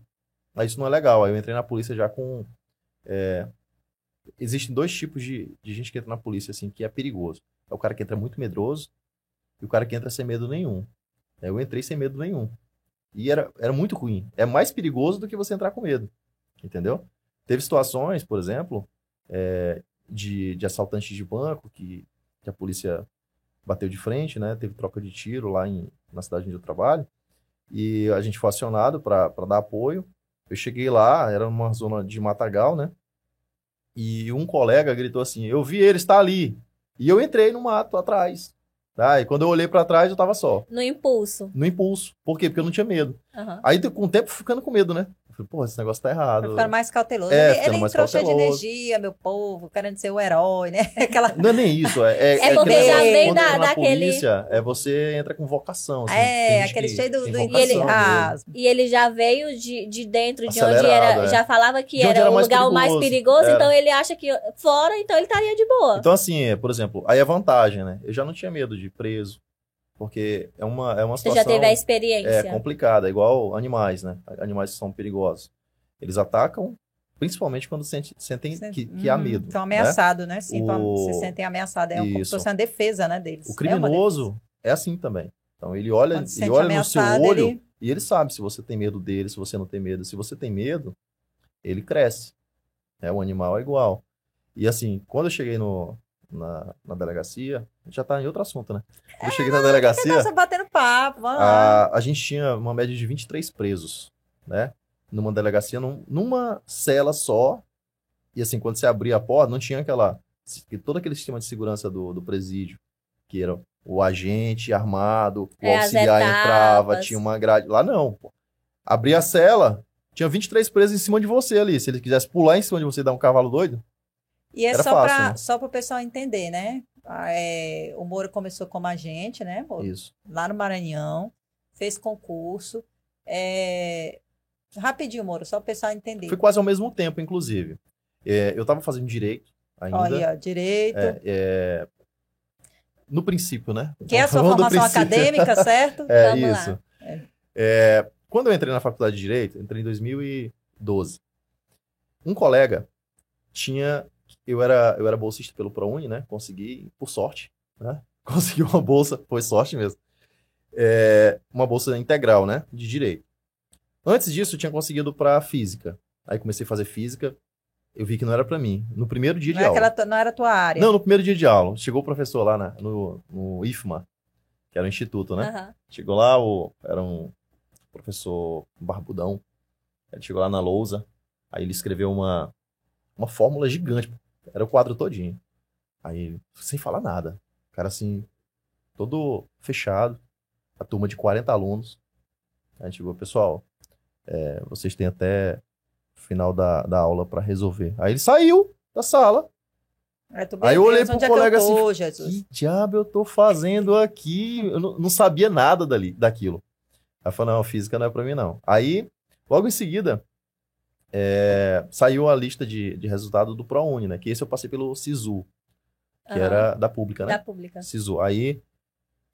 C: Aí isso não é legal. Aí eu entrei na polícia já com. é, existem dois tipos de, de gente que entra na polícia, assim, que é perigoso. É o cara que entra muito medroso e o cara que entra sem medo nenhum. Eu entrei sem medo nenhum. E era, era muito ruim. É mais perigoso do que você entrar com medo. Entendeu? Teve situações, por exemplo, é, de, de assaltantes de banco que, que a polícia bateu de frente, né? Teve troca de tiro lá em, na cidade onde eu trabalho. E a gente foi acionado para dar apoio. Eu cheguei lá, era uma zona de matagal, né? E um colega gritou assim: Eu vi ele, está ali. E eu entrei no mato atrás. Tá? E quando eu olhei para trás, eu tava só,
B: No impulso.
C: no impulso. Por quê? Porque eu não tinha medo.
B: Aham.
C: Aí com o tempo ficando com medo, né? Eu falei, porra, esse negócio tá
A: Pra
C: errado.
A: ficar mais cauteloso.
C: É,
A: ele
C: ficando
A: ele
C: mais
A: entrou cheio de
C: cauteloso.
A: energia, meu povo, querendo ser o herói, né? Aquela.
C: Não é nem isso, é. É,
B: É
A: porque já
C: aquele negócio,
A: vem
C: quando
B: da-
C: entra na
B: daquele-
C: polícia, é você entra com vocação. assim, tem
A: é,
C: gente
A: aquele
C: que
A: cheio do,
C: tem
A: do
C: vocação
A: ele-
C: mesmo.
A: Ah,
B: E ele já veio de, de dentro, de onde
C: Acelerado,
B: era.
C: é.
B: Já falava que
C: De onde
B: era,
C: era
B: o
C: mais
B: lugar o mais
C: perigoso, é.
B: perigoso,
C: era.
B: então ele acha que fora, então ele estaria de boa.
C: Então, assim, é, por exemplo, aí a vantagem, né? Eu já não tinha medo de ir preso, porque é uma, é uma
B: Você
C: situação.
B: já teve a
C: é
B: experiência.
C: complicada, é igual animais, né? Animais são perigosos. Eles atacam, principalmente quando sente- sentem que, que há medo.
A: Estão
C: né?
A: ameaçados, "Hum, né? Sim, tão-
C: O-
A: se sentem ameaçados. É um- como se
C: Isso.
A: fosse uma defesa, né, deles.
C: O
A: É uma defesa.
C: criminoso é, assim também. Então, ele olha,
A: Quando se
C: ele
A: sente
C: olha no seu
A: ameaçado,
C: olho.
A: ele-
C: E ele sabe se você tem medo dele, se você não tem medo. Se você tem medo, ele cresce. Né? O animal é igual. E assim, quando eu cheguei no, na, na delegacia, já tá em outro assunto, né? Quando eu cheguei na
A: Você
C: delegacia,
A: tá batendo papo, vamos lá.
C: Ah, a, a gente tinha uma média de 23 presos, né? Numa delegacia, num- numa cela só. E assim, quando você abria a porta, não tinha aquela. que Todo aquele sistema de segurança do, do presídio, que era o agente armado, o
B: É, as
C: auxiliar entrava,
B: etapas.
C: tinha uma grade. Lá não, pô. Abria a cela, tinha 23 presos em cima de você ali. Se ele quisesse pular em cima de você e dar um cavalo doido,
A: E é
C: era
A: só
C: fácil,
A: para
C: né?
A: só o pessoal entender, né? Ah, é, o Moro começou como agente, né, Moro?
C: é isso.
A: Lá no Maranhão, fez concurso. é, Rapidinho, Moro, só o pessoal entender.
C: Foi quase ao mesmo tempo, inclusive. É, eu tava fazendo direito ainda.
A: Olha, ó, direito.
C: É, é, No princípio, né?
A: Que é a sua
C: Falando do
A: formação
C: princípio.
A: acadêmica, certo?
C: É
B: Vamos lá.
C: isso.
A: É.
C: É, Quando eu entrei na faculdade de Direito, eu entrei em 2012. Um colega tinha. Eu era, eu era bolsista pelo ProUni, né? Consegui, por sorte, né? Consegui uma bolsa, foi sorte mesmo. É, uma bolsa integral, né? De Direito. Antes disso, eu tinha conseguido para Física. Aí comecei a fazer Física. Eu vi que não era para mim. No primeiro dia
A: Não,
C: de
A: é
C: aula.
A: aquela tua- não era a tua área.
C: Não, no primeiro dia de aula. Chegou o professor lá na- no, no IFMA, que era o instituto, né?
B: Aham.
C: Chegou lá, o, era um professor barbudão. Ele chegou lá na lousa. Aí ele escreveu uma, uma fórmula gigante. Era o quadro todinho. Aí, ele, sem falar nada. O cara assim, todo fechado. A turma de 40 alunos. Aí a gente chegou, pessoal, é, vocês têm até o final da, da aula pra resolver. Aí ele saiu da sala.
A: Aí, tu,
C: Aí eu
A: meu
C: olhei
A: Deus,
C: pro
A: onde
C: colega
A: é que eu tô,
C: assim,
A: Jesus?
C: que diabo eu tô fazendo aqui? Eu não, não sabia nada dali, daquilo. Aí eu falei, não, física não é pra mim, não. Aí, logo em seguida, é, saiu a lista de, de resultado do ProUni, né? Que esse eu passei pelo SISU, que
B: aham.
C: era da pública, né?
B: Da pública.
C: SISU. Aí,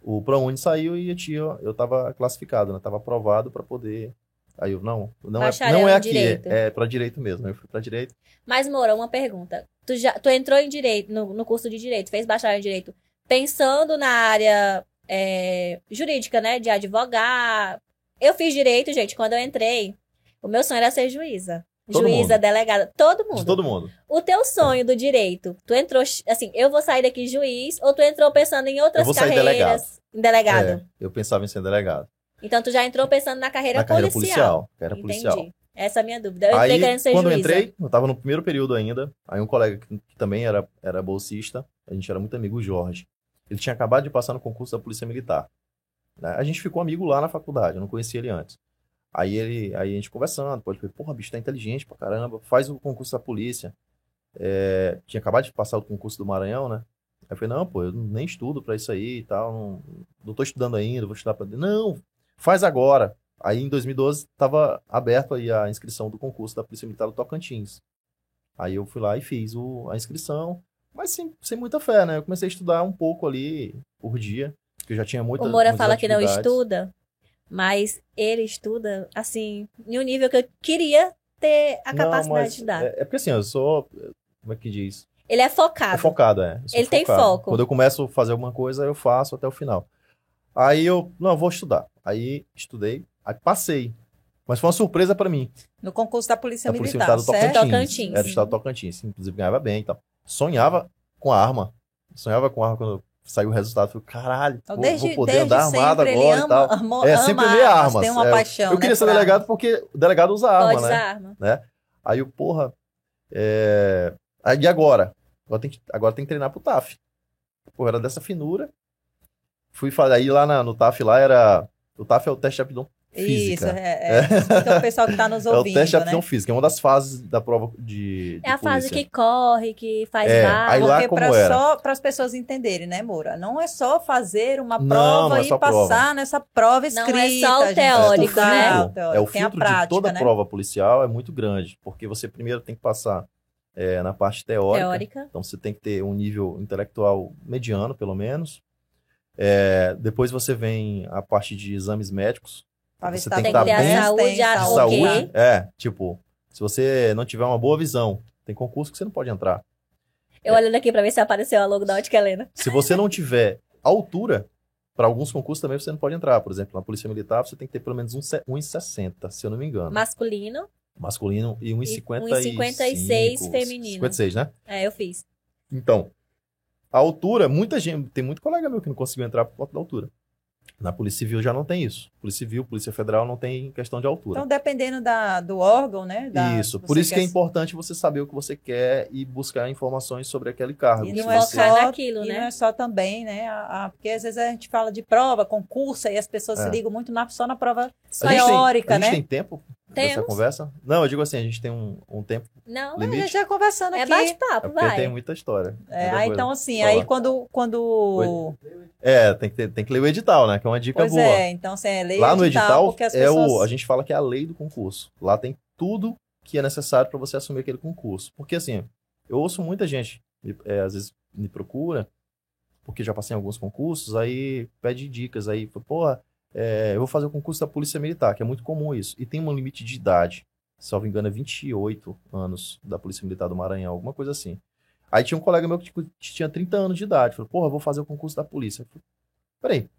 C: o ProUni saiu e eu, tinha, eu tava classificado, né? Tava aprovado pra poder... Aí eu, não, não é,
B: Bacharel
C: não é
B: em
C: aqui, é,
B: direito.
C: é pra direito mesmo. Aí eu fui pra direito.
B: Mas, Moura, uma pergunta. Tu, já, tu entrou em direito, no, no curso de direito, fez bacharel em direito, pensando na área é, jurídica, né? De advogar. Eu fiz direito, gente, quando eu entrei. O meu sonho era ser juíza.
C: Todo
B: juíza,
C: mundo.
B: delegada, todo mundo.
C: De todo mundo.
B: O teu sonho do direito, tu entrou, assim, eu vou sair daqui juiz, ou tu entrou pensando em outras
C: Eu vou sair
B: carreiras? Em delegado.
C: É, eu pensava em ser delegado.
B: Então tu já entrou pensando na carreira
C: Na carreira
B: policial.
C: policial. Carreira
B: Entendi.
C: policial.
B: Essa é a minha dúvida. Eu entrei
C: Aí,
B: querendo ser
C: quando eu
B: juíza.
C: entrei, eu tava no primeiro período ainda. Aí um colega que que também era, era bolsista, a gente era muito amigo, o Jorge. Ele tinha acabado de passar no concurso da Polícia Militar. né? A gente ficou amigo lá na faculdade, eu não conhecia ele antes. Aí ele, aí a gente conversando, pode ver, porra, bicho, tá inteligente pra caramba, faz o concurso da polícia. É, tinha acabado de passar o concurso do Maranhão, né? Aí eu falei, não, pô, eu nem estudo pra isso aí e tal, não, não tô estudando ainda, vou estudar pra. Não, faz agora. Aí em 2012 tava aberto aí a inscrição do concurso da Polícia Militar do Tocantins. Aí eu fui lá e fiz o, a inscrição, mas sem, sem muita fé, né? Eu comecei a estudar um pouco ali por dia, porque eu já tinha muita
B: o Moura
C: muitas
B: fala que não
C: atividades.
B: estuda, mas ele estuda, assim, em um nível que eu queria ter a
C: Não,
B: capacidade
C: mas
B: de dar.
C: É, é porque assim, eu sou. Como é que diz?
B: Ele é
C: É
B: focado.
C: focado, é. Eu sou
B: Ele tem
C: focado.
B: foco.
C: Quando eu começo a fazer alguma coisa, eu faço até o final. Aí eu, não, eu vou estudar. Aí estudei, aí passei. Mas foi uma surpresa pra mim.
A: No concurso da Polícia
C: Da Polícia
A: Tá Militar,
C: do
A: certo?
C: Tocantins.
B: Tocantins.
C: Era do estado do Tocantins. Inclusive ganhava bem e tal. Sonhava com a arma. Sonhava com a arma quando saiu o resultado. Falei, caralho,
A: Então,
C: vou,
A: desde,
C: vou poder
A: desde
C: andar armado
A: sempre
C: agora
A: ele
C: e tal.
A: ama, amou-
C: É,
A: ama
C: sempre ele é armas,
A: Tem uma
C: é.
A: paixão,
C: eu queria
A: né,
C: ser
A: pra-
C: delegado porque o delegado usa arma,
B: Pode
C: né?
B: usar arma.
C: Aí eu, porra, é... aí, e agora? Agora tem, que, agora tem que treinar pro TAF. Pô, era dessa finura. Fui fazer, aí lá na- no TAF lá era, o TAF é o teste de aptidão
A: Isso,
C: física.
A: é. é. Então, o pessoal que está nos
C: é o
A: ouvindo,
C: teste de
A: né?
C: aptidão física, é uma das fases da prova de, de
B: É a fase
C: polícia.
B: que corre, que faz
C: É,
B: barra.
C: aí lá
A: Porque
C: como
A: pra
C: era?
A: só para as pessoas entenderem, né, Moura? Não é só fazer uma
C: Não,
A: prova
C: não é
A: e
C: só
A: passar
C: prova.
A: nessa prova
B: Não é
A: escrita.
B: só o
A: gente.
C: É, o
B: teórico,
C: filtro,
B: né?
C: É o
A: Tem a
C: filtro de
A: prática,
C: toda
A: né?
C: prova policial é muito grande, porque você primeiro tem que passar é, na parte
B: teórica.
C: Então você tem que ter um nível intelectual mediano, pelo menos. É, depois você vem a parte de exames médicos.
A: Pra ver se
C: Você
A: tá
C: tem que
A: tudo
C: ter a
A: bem, se
B: saúde,
A: tem
B: a
C: de
B: Ah,
C: saúde.
B: ok.
C: É, tipo, se você não tiver uma boa visão, tem concurso que você não pode entrar.
B: Eu olhando aqui pra ver se apareceu a logo da ótica Helena.
C: Se você não tiver altura, para alguns concursos também você não pode entrar. Por exemplo, na Polícia Militar você tem que ter pelo menos um se- 1,60, se eu não me engano.
B: Masculino.
C: Masculino e 1,55.
B: 1,56 feminino.
C: 56, né?
B: É, eu fiz.
C: Então, a altura, muita gente, tem muito colega meu que não conseguiu entrar por conta da altura. Na Polícia Civil já não tem isso. Polícia Civil, Polícia Federal não tem questão de altura.
A: Então, dependendo da, do órgão, né? da-
C: isso.
A: você
C: Por isso que é
A: quer-
C: importante você saber o que você quer e buscar informações sobre aquele cargo. Tipo
A: E
C: assim,
B: E
C: Se
A: não é
C: você-
B: focar
A: só-
B: naquilo,
A: E
B: né?
A: não é só também, né? a- a- porque às vezes a gente fala de prova, concurso, e as pessoas
C: É.
A: se ligam muito na, só na prova
C: a gente,
A: teórica,
C: tem, a gente
A: né?
C: tem tempo dessa
B: Temos.
C: conversa? Não, eu digo assim, a gente tem um, um tempo,
B: Não,
A: A gente
C: limite,
A: Ah, já conversando
B: é
A: aqui.
C: é
B: bate-papo,
C: porque tem
B: vai.
C: muita história.
A: É,
C: muita
A: aí,
C: coisa.
A: então, assim,
C: Fala.
A: aí quando. quando...
C: É, tem que, ter- tem que ler o edital, né? Que é uma dica
A: Pois
C: boa.
A: é, então, assim, é lei
C: Lá no edital,
A: porque as
C: é
A: pessoas...
C: o, a gente fala que é a lei do concurso. Lá tem tudo que é necessário para você assumir aquele concurso. Porque assim, eu ouço muita gente, me- é, às vezes me procura, porque já passei em alguns concursos, aí pede dicas, aí, fala, porra, é, eu vou fazer o concurso da Polícia Militar, que é muito comum isso. E tem um limite de idade, se não me engano, é 28 anos da Polícia Militar do Maranhão, alguma coisa assim. Aí tinha um colega meu que tipo, tinha 30 anos de idade, falou, porra, eu vou fazer o concurso da polícia. Eu falei, Peraí,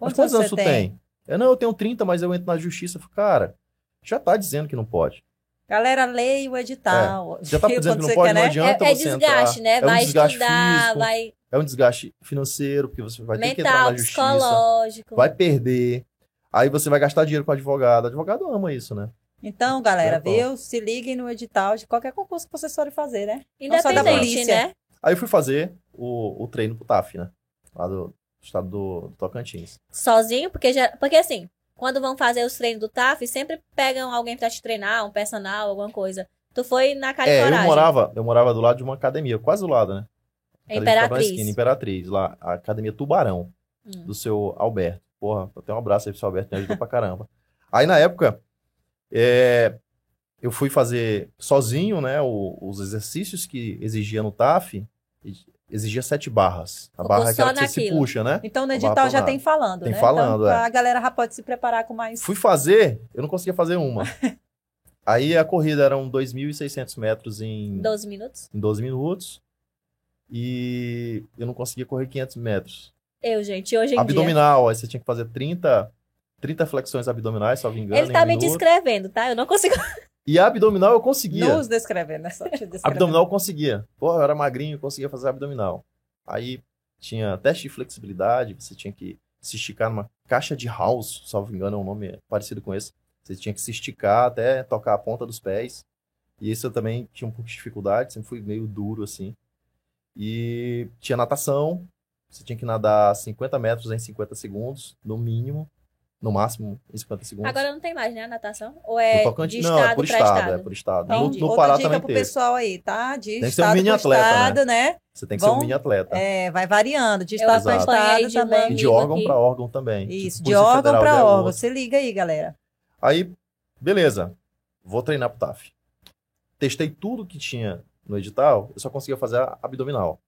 C: mas
A: Quantos anos
C: tu
A: você tem?
C: Eu, não, eu tenho 30, mas eu entro na justiça. Eu falo, cara, já tá dizendo que não pode.
A: Galera, leia o edital.
C: Já tá
A: Quando
C: dizendo que
A: você
C: não pode,
A: quer,
C: não
A: né?
C: adianta
B: é, é
C: você
B: desgaste,
C: entrar.
B: né?
C: É um
B: vai
C: desgaste
B: estudar,
C: físico,
B: vai
C: É um desgaste financeiro, porque você vai ter que entrar
B: mental,
C: na justiça.
B: psicológico.
C: Vai perder. Aí você vai gastar dinheiro com advogado. Advogado ama isso, né?
A: Então, galera,
C: É bom.
A: viu? Se liguem no edital de qualquer concurso que vocês forem fazer, né? Não só da
B: Independente,
A: polícia.
B: né?
C: Aí eu fui fazer o, o treino pro TAF, né? Lá do, estado do, do Tocantins.
B: Sozinho, porque já. Porque assim, quando vão fazer os treinos do TAF, sempre pegam alguém pra te treinar, um personal, alguma coisa. Tu foi na cara e
C: É, eu
B: coragem.
C: morava, eu morava do lado de uma academia, quase do lado, né?
B: É
C: Academia ficava na
B: Imperatriz.
C: esquina, Imperatriz, lá, a Academia Tubarão,
B: Hum.
C: do seu Alberto. Porra, até um abraço aí pro seu Alberto, me ajudou pra caramba. Aí na época, é, eu fui fazer sozinho, né, o- os exercícios que exigia no TAF, exigia sete barras. A
B: Focou
C: barra é aquela
B: só
C: que você se
B: naquilo.
C: puxa, né?
A: Então, no
C: Vamos
A: edital já
C: apurar.
A: tem falando,
C: Tem
A: né?
C: falando,
A: então,
C: é.
A: a galera já pode se preparar com mais...
C: Fui fazer, eu não conseguia fazer uma. Aí a corrida um eram 2.600 metros em
B: 12 Hum, minutos?
C: em 12 minutos. E eu não conseguia correr 500 metros.
B: Eu, gente, hoje em
C: abdominal, aí você tinha que fazer 30, 30 flexões abdominais, se não me
B: dia.
C: engano.
B: Ele tá
C: em um
B: me
C: minuto.
B: descrevendo, tá? Eu não consigo.
C: E abdominal eu conseguia.
A: Nos descrevendo, né? Só te descrevendo.
C: Abdominal eu conseguia. Porra, eu era magrinho, eu conseguia fazer abdominal. Aí tinha teste de flexibilidade, você tinha que se esticar numa caixa de house, se não me engano, é um nome parecido com esse. Você tinha que se esticar até tocar a ponta dos pés. E isso eu também tinha um pouco de dificuldade, sempre fui meio duro assim. E tinha natação, você tinha que nadar 50 metros em 50 segundos, no mínimo. no máximo em 50 segundos.
B: Agora não tem mais, né, a natação? Ou
C: No
B: é
C: Tocantins-
B: de
C: não, é
B: estado
C: por
B: pra
C: estado,
B: estado?
C: é por estado.
A: Então,
C: No-
B: Entendi.
C: no,
A: outra
C: Pará
A: dica
C: também
A: pro
C: teve.
A: pessoal aí, tá? De
C: que ser um
A: estado
C: mini
A: pro
C: atleta,
A: estado, né?
C: Você tem que ser um
A: Vão-
C: mini atleta.
A: É, vai variando, de
B: Eu
A: estado para
C: Exato.
A: estado
B: acompanhei de
A: também.
C: E de
B: amigo
C: órgão
B: aqui.
C: para órgão também.
A: Isso,
C: Tipo,
A: de
C: Polícia
A: órgão
C: Federal já
A: para
C: é
A: órgão.
C: outro.
A: Se liga aí, galera.
C: Aí, beleza. Vou treinar pro TAF. Testei tudo que tinha no edital, eu só conseguia fazer a abdominal.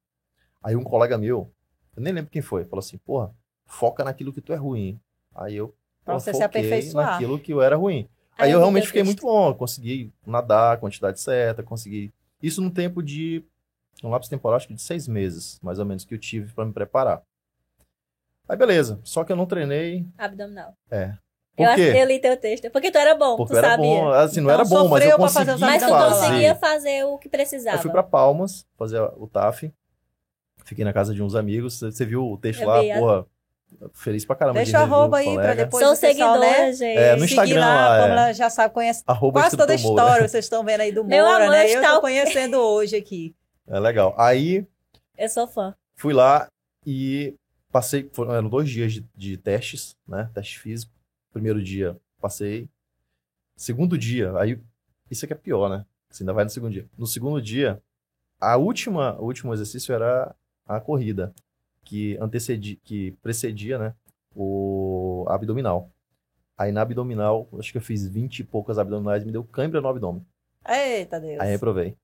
C: Aí um colega meu, eu nem lembro quem foi, falou assim, porra, foca naquilo que tu é ruim. Aí eu
A: Pra
C: pô,
A: você se
C: foquei
A: aperfeiçoar.
C: naquilo que eu era ruim.
B: Ah,
C: Aí eu
B: vi
C: realmente
B: teu
C: fiquei
B: texto.
C: muito bom, eu consegui nadar, a quantidade certa, consegui... Isso num tempo de... um lapso temporal, acho que de seis meses, mais ou menos, que eu tive pra me preparar. Aí beleza, só que eu não treinei...
B: Abdominal.
C: Por
B: eu, acho-
C: quê?
B: eu li teu texto. Porque tu era bom,
C: Porque
B: tu
C: eu era
B: sabia.
C: bom, assim, não
A: Então,
C: era bom, mas eu
A: sofreu pra fazer
C: consegui
A: os
B: Mas tu
A: Sabe
C: fazer.
B: conseguia fazer o que precisava.
C: Eu fui pra Palmas fazer o TAF, fiquei na casa de uns amigos, você- você viu o texto
B: Eu
C: lá,
B: vi, é.
C: porra, feliz pra caramba. de
A: Deixa o
C: rever
A: arroba
C: os
A: aí pra
C: colegas.
A: depois
B: Sou
A: o pessoal,
B: seguidora,
A: né?
B: gente.
C: É, no
A: Seguir
C: Instagram
A: lá,
C: lá,
A: a
C: é.
A: Pamela já sabe, conhece
C: Arroba
A: quase toda a
C: Instituto Moura.
A: história, vocês estão vendo aí do
B: Meu
A: Moura,
B: amor,
A: né? Eu
B: está-
A: tô conhecendo hoje aqui.
C: É legal. Aí
B: Eu sou fã.
C: fui lá e passei, foram, eram dois dias de, de testes, né? Teste físico. Primeiro dia passei. Segundo dia, aí isso aqui é pior, né? Você ainda vai no segundo dia. No segundo dia, a última, o último exercício era a corrida, que antecedi, que precedia, né, o a abdominal. Aí na abdominal, acho que eu fiz 20 e poucas abdominais, me deu cãibra no abdômen.
A: Eita, Deus.
C: Aí é reprovei.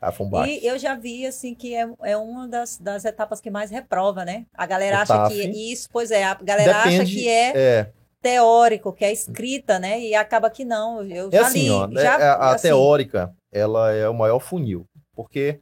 C: Ah, foi um baque.
A: E eu já vi, assim, que é, é uma das, das etapas que mais reprova, né? A galera
C: O
A: acha
C: TAF.
A: que é isso, pois é, a galera acha
C: Depende-
A: que é
C: É,
A: teórico, que é escrita, né? E acaba que não. Eu
C: Hum. É
A: já
C: assim,
A: li,
C: ó, né,
A: já,
C: a, a
A: assim,
C: teórica, ela é o maior funil, porque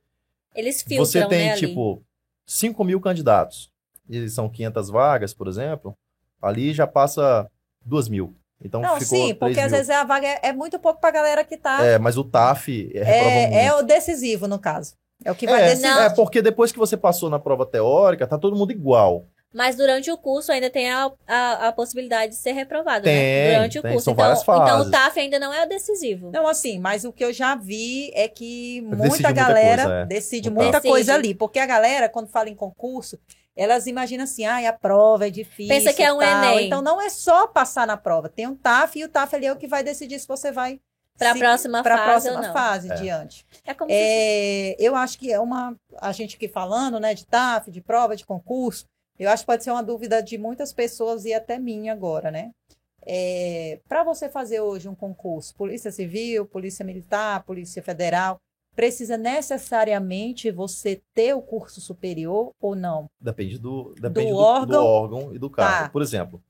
B: Eles filtram,
C: você tem,
B: né, ali.
C: tipo, 5 mil candidatos, e são 500 vagas, por exemplo, ali já passa 2 mil, então
A: Não,
C: ficou
A: sim,
C: 3
A: porque
C: mil.
A: às vezes a vaga é, é muito pouco pra galera que tá.
C: É, mas o TAF é, reprova muito.
A: É, é o decisivo, no caso. É o que vai
C: É,
A: decidir.
B: Não.
C: é, porque depois que você passou na prova teórica, tá todo mundo igual.
B: Mas durante o curso ainda tem a, a, a possibilidade de ser reprovado,
C: Tem,
B: né? Durante o
C: tem,
B: curso.
C: são
B: então,
C: várias
B: então
C: fases.
B: o TAF ainda não é o decisivo.
A: Não, assim, mas o que eu já vi é que muita
C: Decide muita
A: galera
C: coisa, é.
A: decide
C: Total.
A: muita
B: Decide.
A: coisa ali. Porque a galera, quando fala em concurso, elas imaginam assim, ah, a prova é difícil.
B: Pensa que é um
A: tal.
B: Enem.
A: Então não é só passar na prova. Tem um TAF e o TAF ali é o que vai decidir se você vai
B: Pra
A: se-
B: próxima
A: pra
B: fase
A: próxima
B: ou não.
A: fase
C: É.
A: diante.
B: É como se
A: É, eu acho que é uma. A gente aqui falando, né, de TAF, de prova, de concurso, eu acho que pode ser uma dúvida de muitas pessoas e até minha agora, né? Para você fazer hoje um concurso, Polícia Civil, Polícia Militar, Polícia Federal, precisa necessariamente você ter o curso superior ou não?
C: Depende do, depende
A: Do
C: do, do
A: órgão.
C: órgão. e do cargo.
A: Tá.
C: Por exemplo,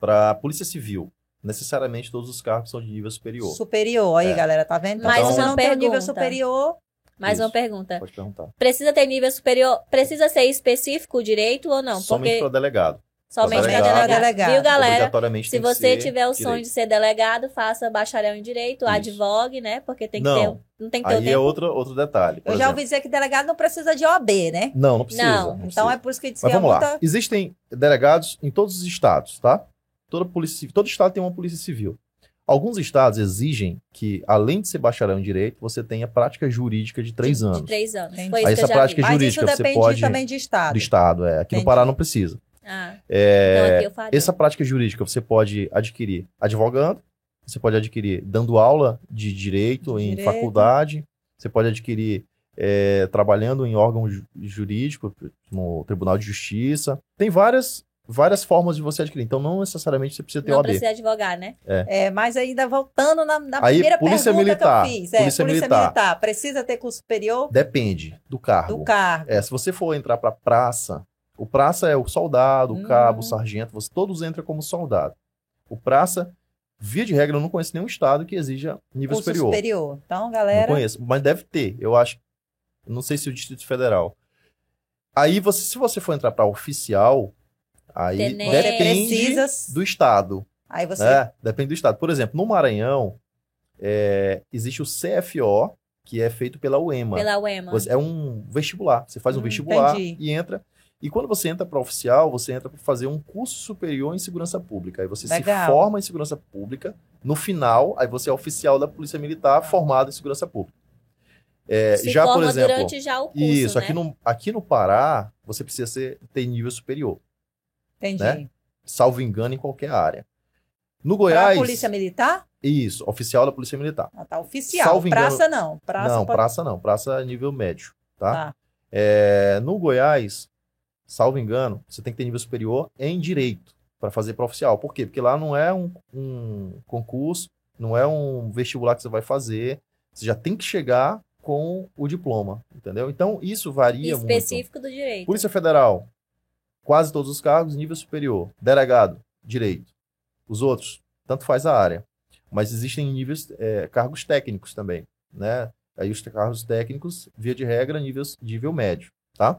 C: para Polícia Civil, necessariamente todos os cargos são de nível superior.
A: Superior, aí,
C: É.
A: galera, tá vendo?
B: Mais
A: se
C: uma
A: não tem o nível
B: Então, pergunta.
A: superior,
B: Mais uma
C: Isso.
B: pergunta.
C: Pode perguntar.
B: Precisa ter nível superior? Precisa ser específico o direito ou não?
C: Somente
B: Porque
C: para delegado.
B: somente para
C: delegado.
B: delegado.
A: Delegado.
B: Viu, galera?
C: Obrigatoriamente
B: Se
C: tem que
B: você
C: ser
B: tiver o sonho
C: direito.
B: de ser delegado, faça bacharel em direito,
C: Isso.
B: advogue, né? Porque tem que
C: Não.
B: ter. Não tem que ter o
C: Aí é
B: tempo.
C: outro, outro detalhe.
A: eu
C: Por
A: já
C: exemplo,
A: ouvi dizer que delegado não precisa de OAB, né?
C: Não, é. não precisa.
B: Não,
C: precisa.
A: Então é por isso que diz
C: Mas
A: que é
C: vamos
A: muita.
C: lá. Existem delegados em todos os estados, tá? Toda polícia, civil- todo estado tem uma polícia civil. Alguns estados exigem que, além de ser bacharel em direito, você tenha prática jurídica de três
B: de, de
C: anos.
B: três anos.
A: Entendi.
B: Foi
C: Aí
B: isso que eu já
C: essa
B: vi.
C: prática-
A: Mas
C: jurídica,
A: isso
C: você
A: depende
C: pode-
A: também de estado.
C: Do estado, é. Aqui
A: Entendi.
C: no Pará não precisa.
B: Ah,
C: É,
B: então aqui eu falei.
C: Essa prática jurídica você pode adquirir advogando, você pode adquirir dando aula de direito
A: De
C: em
A: direito.
C: faculdade, você pode adquirir eh, trabalhando em órgão ju- jurídico, no Tribunal de Justiça. Tem várias, várias formas de você adquirir. Então, não necessariamente você precisa ter
B: Não
C: OAB.
B: precisa advogar, né?
A: É, mas ainda voltando na, na
C: Aí,
A: primeira
C: Polícia
A: pergunta
C: Militar,
A: que eu fiz. É, polícia
C: Polícia
A: militar.
C: Militar.
A: Precisa ter curso superior
C: Depende do cargo.
A: do cargo.
C: É, se você for entrar para praça, o praça é o soldado, o cabo,
A: Hum.
C: o sargento, você todos entram como soldado. O praça, via de regra, eu não conheço nenhum estado que exija nível
A: curso superior.
C: superior.
A: Então,
C: Não
A: galera,
C: conheço, mas deve ter, eu acho. Não sei se o Distrito Federal. Aí, você, se você for entrar para oficial, aí
B: Tenente.
A: você
C: depende
A: precisa.
C: do estado,
A: Aí você.
C: né? Depende do estado. Por exemplo, no Maranhão, é, existe o CFO, que é feito pela UEMA.
B: Pela UEMA.
C: Você- é um vestibular. Você faz um
A: Hum,
C: vestibular
A: entendi.
C: e entra. E quando você entra para oficial, você entra para fazer um curso superior em segurança pública. Aí você
A: Legal.
C: se forma em segurança pública. No final, aí você é oficial da Polícia Militar formado em segurança pública. É,
B: Tá. Se
C: já, por
B: forma
C: exemplo,
B: durante já o curso,
C: isso,
B: né?
C: aqui, no, aqui no Pará, você precisa ser, ter nível superior,
A: Entendi.
C: né? salvo engano, em qualquer área. No
A: Pra
C: Goiás,
A: polícia militar?
C: isso, oficial da Polícia Militar.
A: Ah, tá, oficial.
C: Salvo engano-
A: praça não. Praça
C: não,
A: pode-
C: praça não, praça é nível médio, tá?
A: Tá.
C: É, no Goiás, salvo engano, você tem que ter nível superior em direito para fazer para oficial. Por quê? Porque lá não é um, um concurso, não é um vestibular que você vai fazer, você já tem que chegar com o diploma, entendeu? Então, isso varia muito.
B: Específico do direito.
C: Polícia Federal, quase todos os cargos, nível superior. Delegado, direito. Os outros, tanto faz a área. Mas existem níveis, é, cargos técnicos também, né? Aí os cargos técnicos, via de regra, nível, nível médio, tá?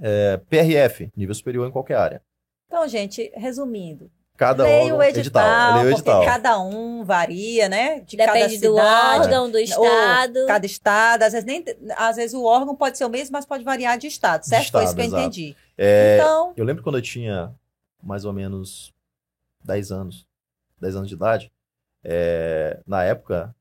C: É, PRF, nível superior em qualquer área.
A: Então, gente, resumindo.
C: Cada
A: leia o
C: órgão-
A: edital,
C: leia o edital.
A: porque cada um varia, né? De cada
B: Depende do
A: cidade,
B: órgão, do estado.
A: cada estado. Às vezes, nem, às vezes o órgão pode ser o mesmo, mas pode variar de estado, certo? Foi isso
C: estado,
A: que eu
C: exato.
A: entendi.
C: É,
A: Então,
C: Eu lembro quando eu tinha mais ou menos 10 anos, 10 anos de idade, é, na época,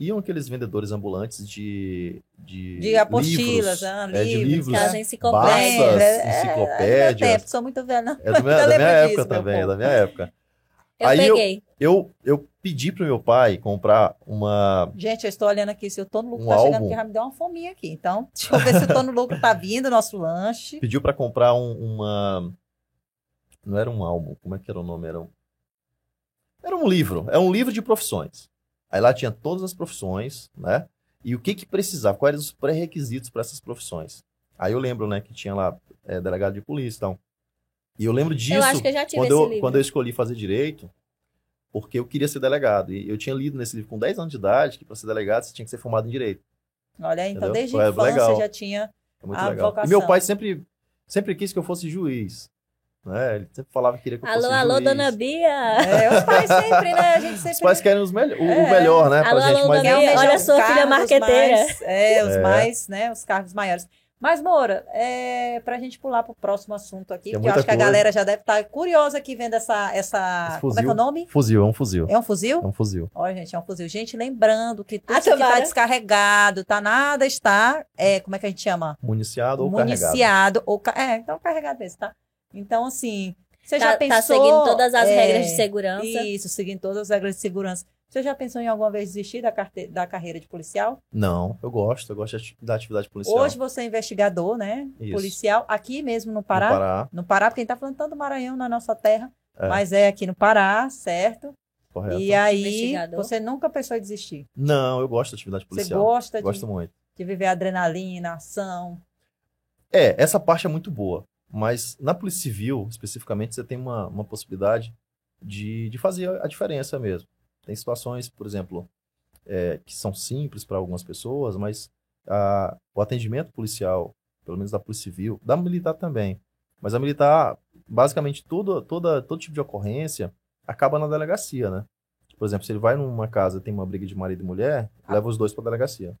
C: iam aqueles vendedores ambulantes de. De,
A: de apostilas,
C: livros,
A: ah,
C: é, de livros,
B: Aquelas
A: né?
B: enciclopédias.
C: Baças,
A: É, é,
C: enciclopédias.
A: do meu tempo, sou muito velha. não.
C: É da minha,
A: Eu
C: da
A: lembro
C: minha
A: disso,
C: época
A: meu
C: também, é
A: povo.
C: da minha época.
B: Eu
C: Aí eu-
B: peguei.
C: Eu, eu pedi pro meu pai comprar uma.
A: Gente, eu estou olhando aqui, se eu tô no lucro,
C: Um
A: tá chegando
C: álbum.
A: que já me deu uma fominha aqui. Então, deixa eu ver se eu tô no lucro, tá vindo o nosso lanche.
C: Pediu pra comprar um- uma. Não era um álbum, como é que era o nome? Era um, era um livro, era um livro de profissões. Aí lá tinha todas as profissões, né? E o que que precisava, quais eram os pré-requisitos para essas profissões. Aí eu lembro, né, que tinha lá é, delegado de polícia e tal. E eu lembro disso
B: eu acho que eu já tive
C: quando,
B: esse
C: eu,
B: livro.
C: quando eu escolhi fazer direito, porque eu queria ser delegado. E eu tinha lido nesse livro com 10 anos de idade que para ser delegado você tinha que ser formado em direito.
A: Olha, então
C: Entendeu?
A: desde
C: Foi
A: a infância
C: legal.
A: já tinha.
C: É muito
A: A
C: legal.
A: vocação.
C: E meu pai sempre, sempre quis que eu fosse juiz. Né? Ele sempre falava que queria que eu
B: Alô,
C: fosse
B: alô,
C: juiz.
B: dona Bia.
A: É, os pais sempre, né? A gente sempre.
C: Os pais querem os melho- o,
A: É.
C: o melhor, né?
B: Alô,
C: pra gente,
B: alô, dona
C: mas
B: Bia.
A: almejam
B: Olha a sua filha
A: cargos
B: marqueteira.
A: mais- é, os
C: É.
A: mais, né? Os cargos maiores. Mas, Moura, é, pra gente pular pro próximo assunto aqui,
C: É
A: porque eu
C: muita
A: acho que a
C: coisa.
A: galera já deve estar curiosa aqui vendo essa. essa
C: Esse
A: como é que é
C: fuzil.
A: o nome?
C: Fuzil, é um fuzil.
A: É um fuzil?
C: É um fuzil.
A: Olha, gente, é um fuzil. Gente, lembrando que tudo
B: Ah,
A: isso aqui tá
B: tomara.
A: descarregado, tá nada, está. É, como é que a gente chama?
C: Municiado ou carregado.
A: Municiado. Ou, ca- é, então carregado mesmo, tá? Então, assim, você já
B: Tá,
A: pensou.
B: tá seguindo todas as
A: é,
B: regras de segurança.
A: Isso, seguindo todas as regras de segurança. Você já pensou em alguma vez desistir da, carte- da carreira de policial?
C: Não, eu gosto. Eu gosto de ati- da atividade policial.
A: Hoje você é investigador, né?
C: Isso.
A: Policial, aqui mesmo no
C: No
A: Pará. No Pará,
C: Pará,
A: porque a gente tá falando tanto do Maranhão na nossa terra,
C: É.
A: mas é aqui no Pará, certo?
C: correto.
A: E aí,
B: Investigador.
A: você nunca pensou em desistir.
C: Não, eu gosto da atividade
A: Você
C: policial.
A: gosta de,
C: Gosto muito.
A: de viver a adrenalina, a ação.
C: É, essa parte é muito boa. Mas na Polícia Civil, especificamente, você tem uma, uma possibilidade de, de fazer a diferença mesmo. Tem situações, por exemplo, é, que são simples para algumas pessoas, mas a- o atendimento policial, pelo menos da Polícia Civil, da militar também. Mas a militar, basicamente, todo, toda, todo tipo de ocorrência acaba na delegacia, né? Por exemplo, se ele vai numa casa e tem uma briga de marido e mulher, leva os dois para a delegacia.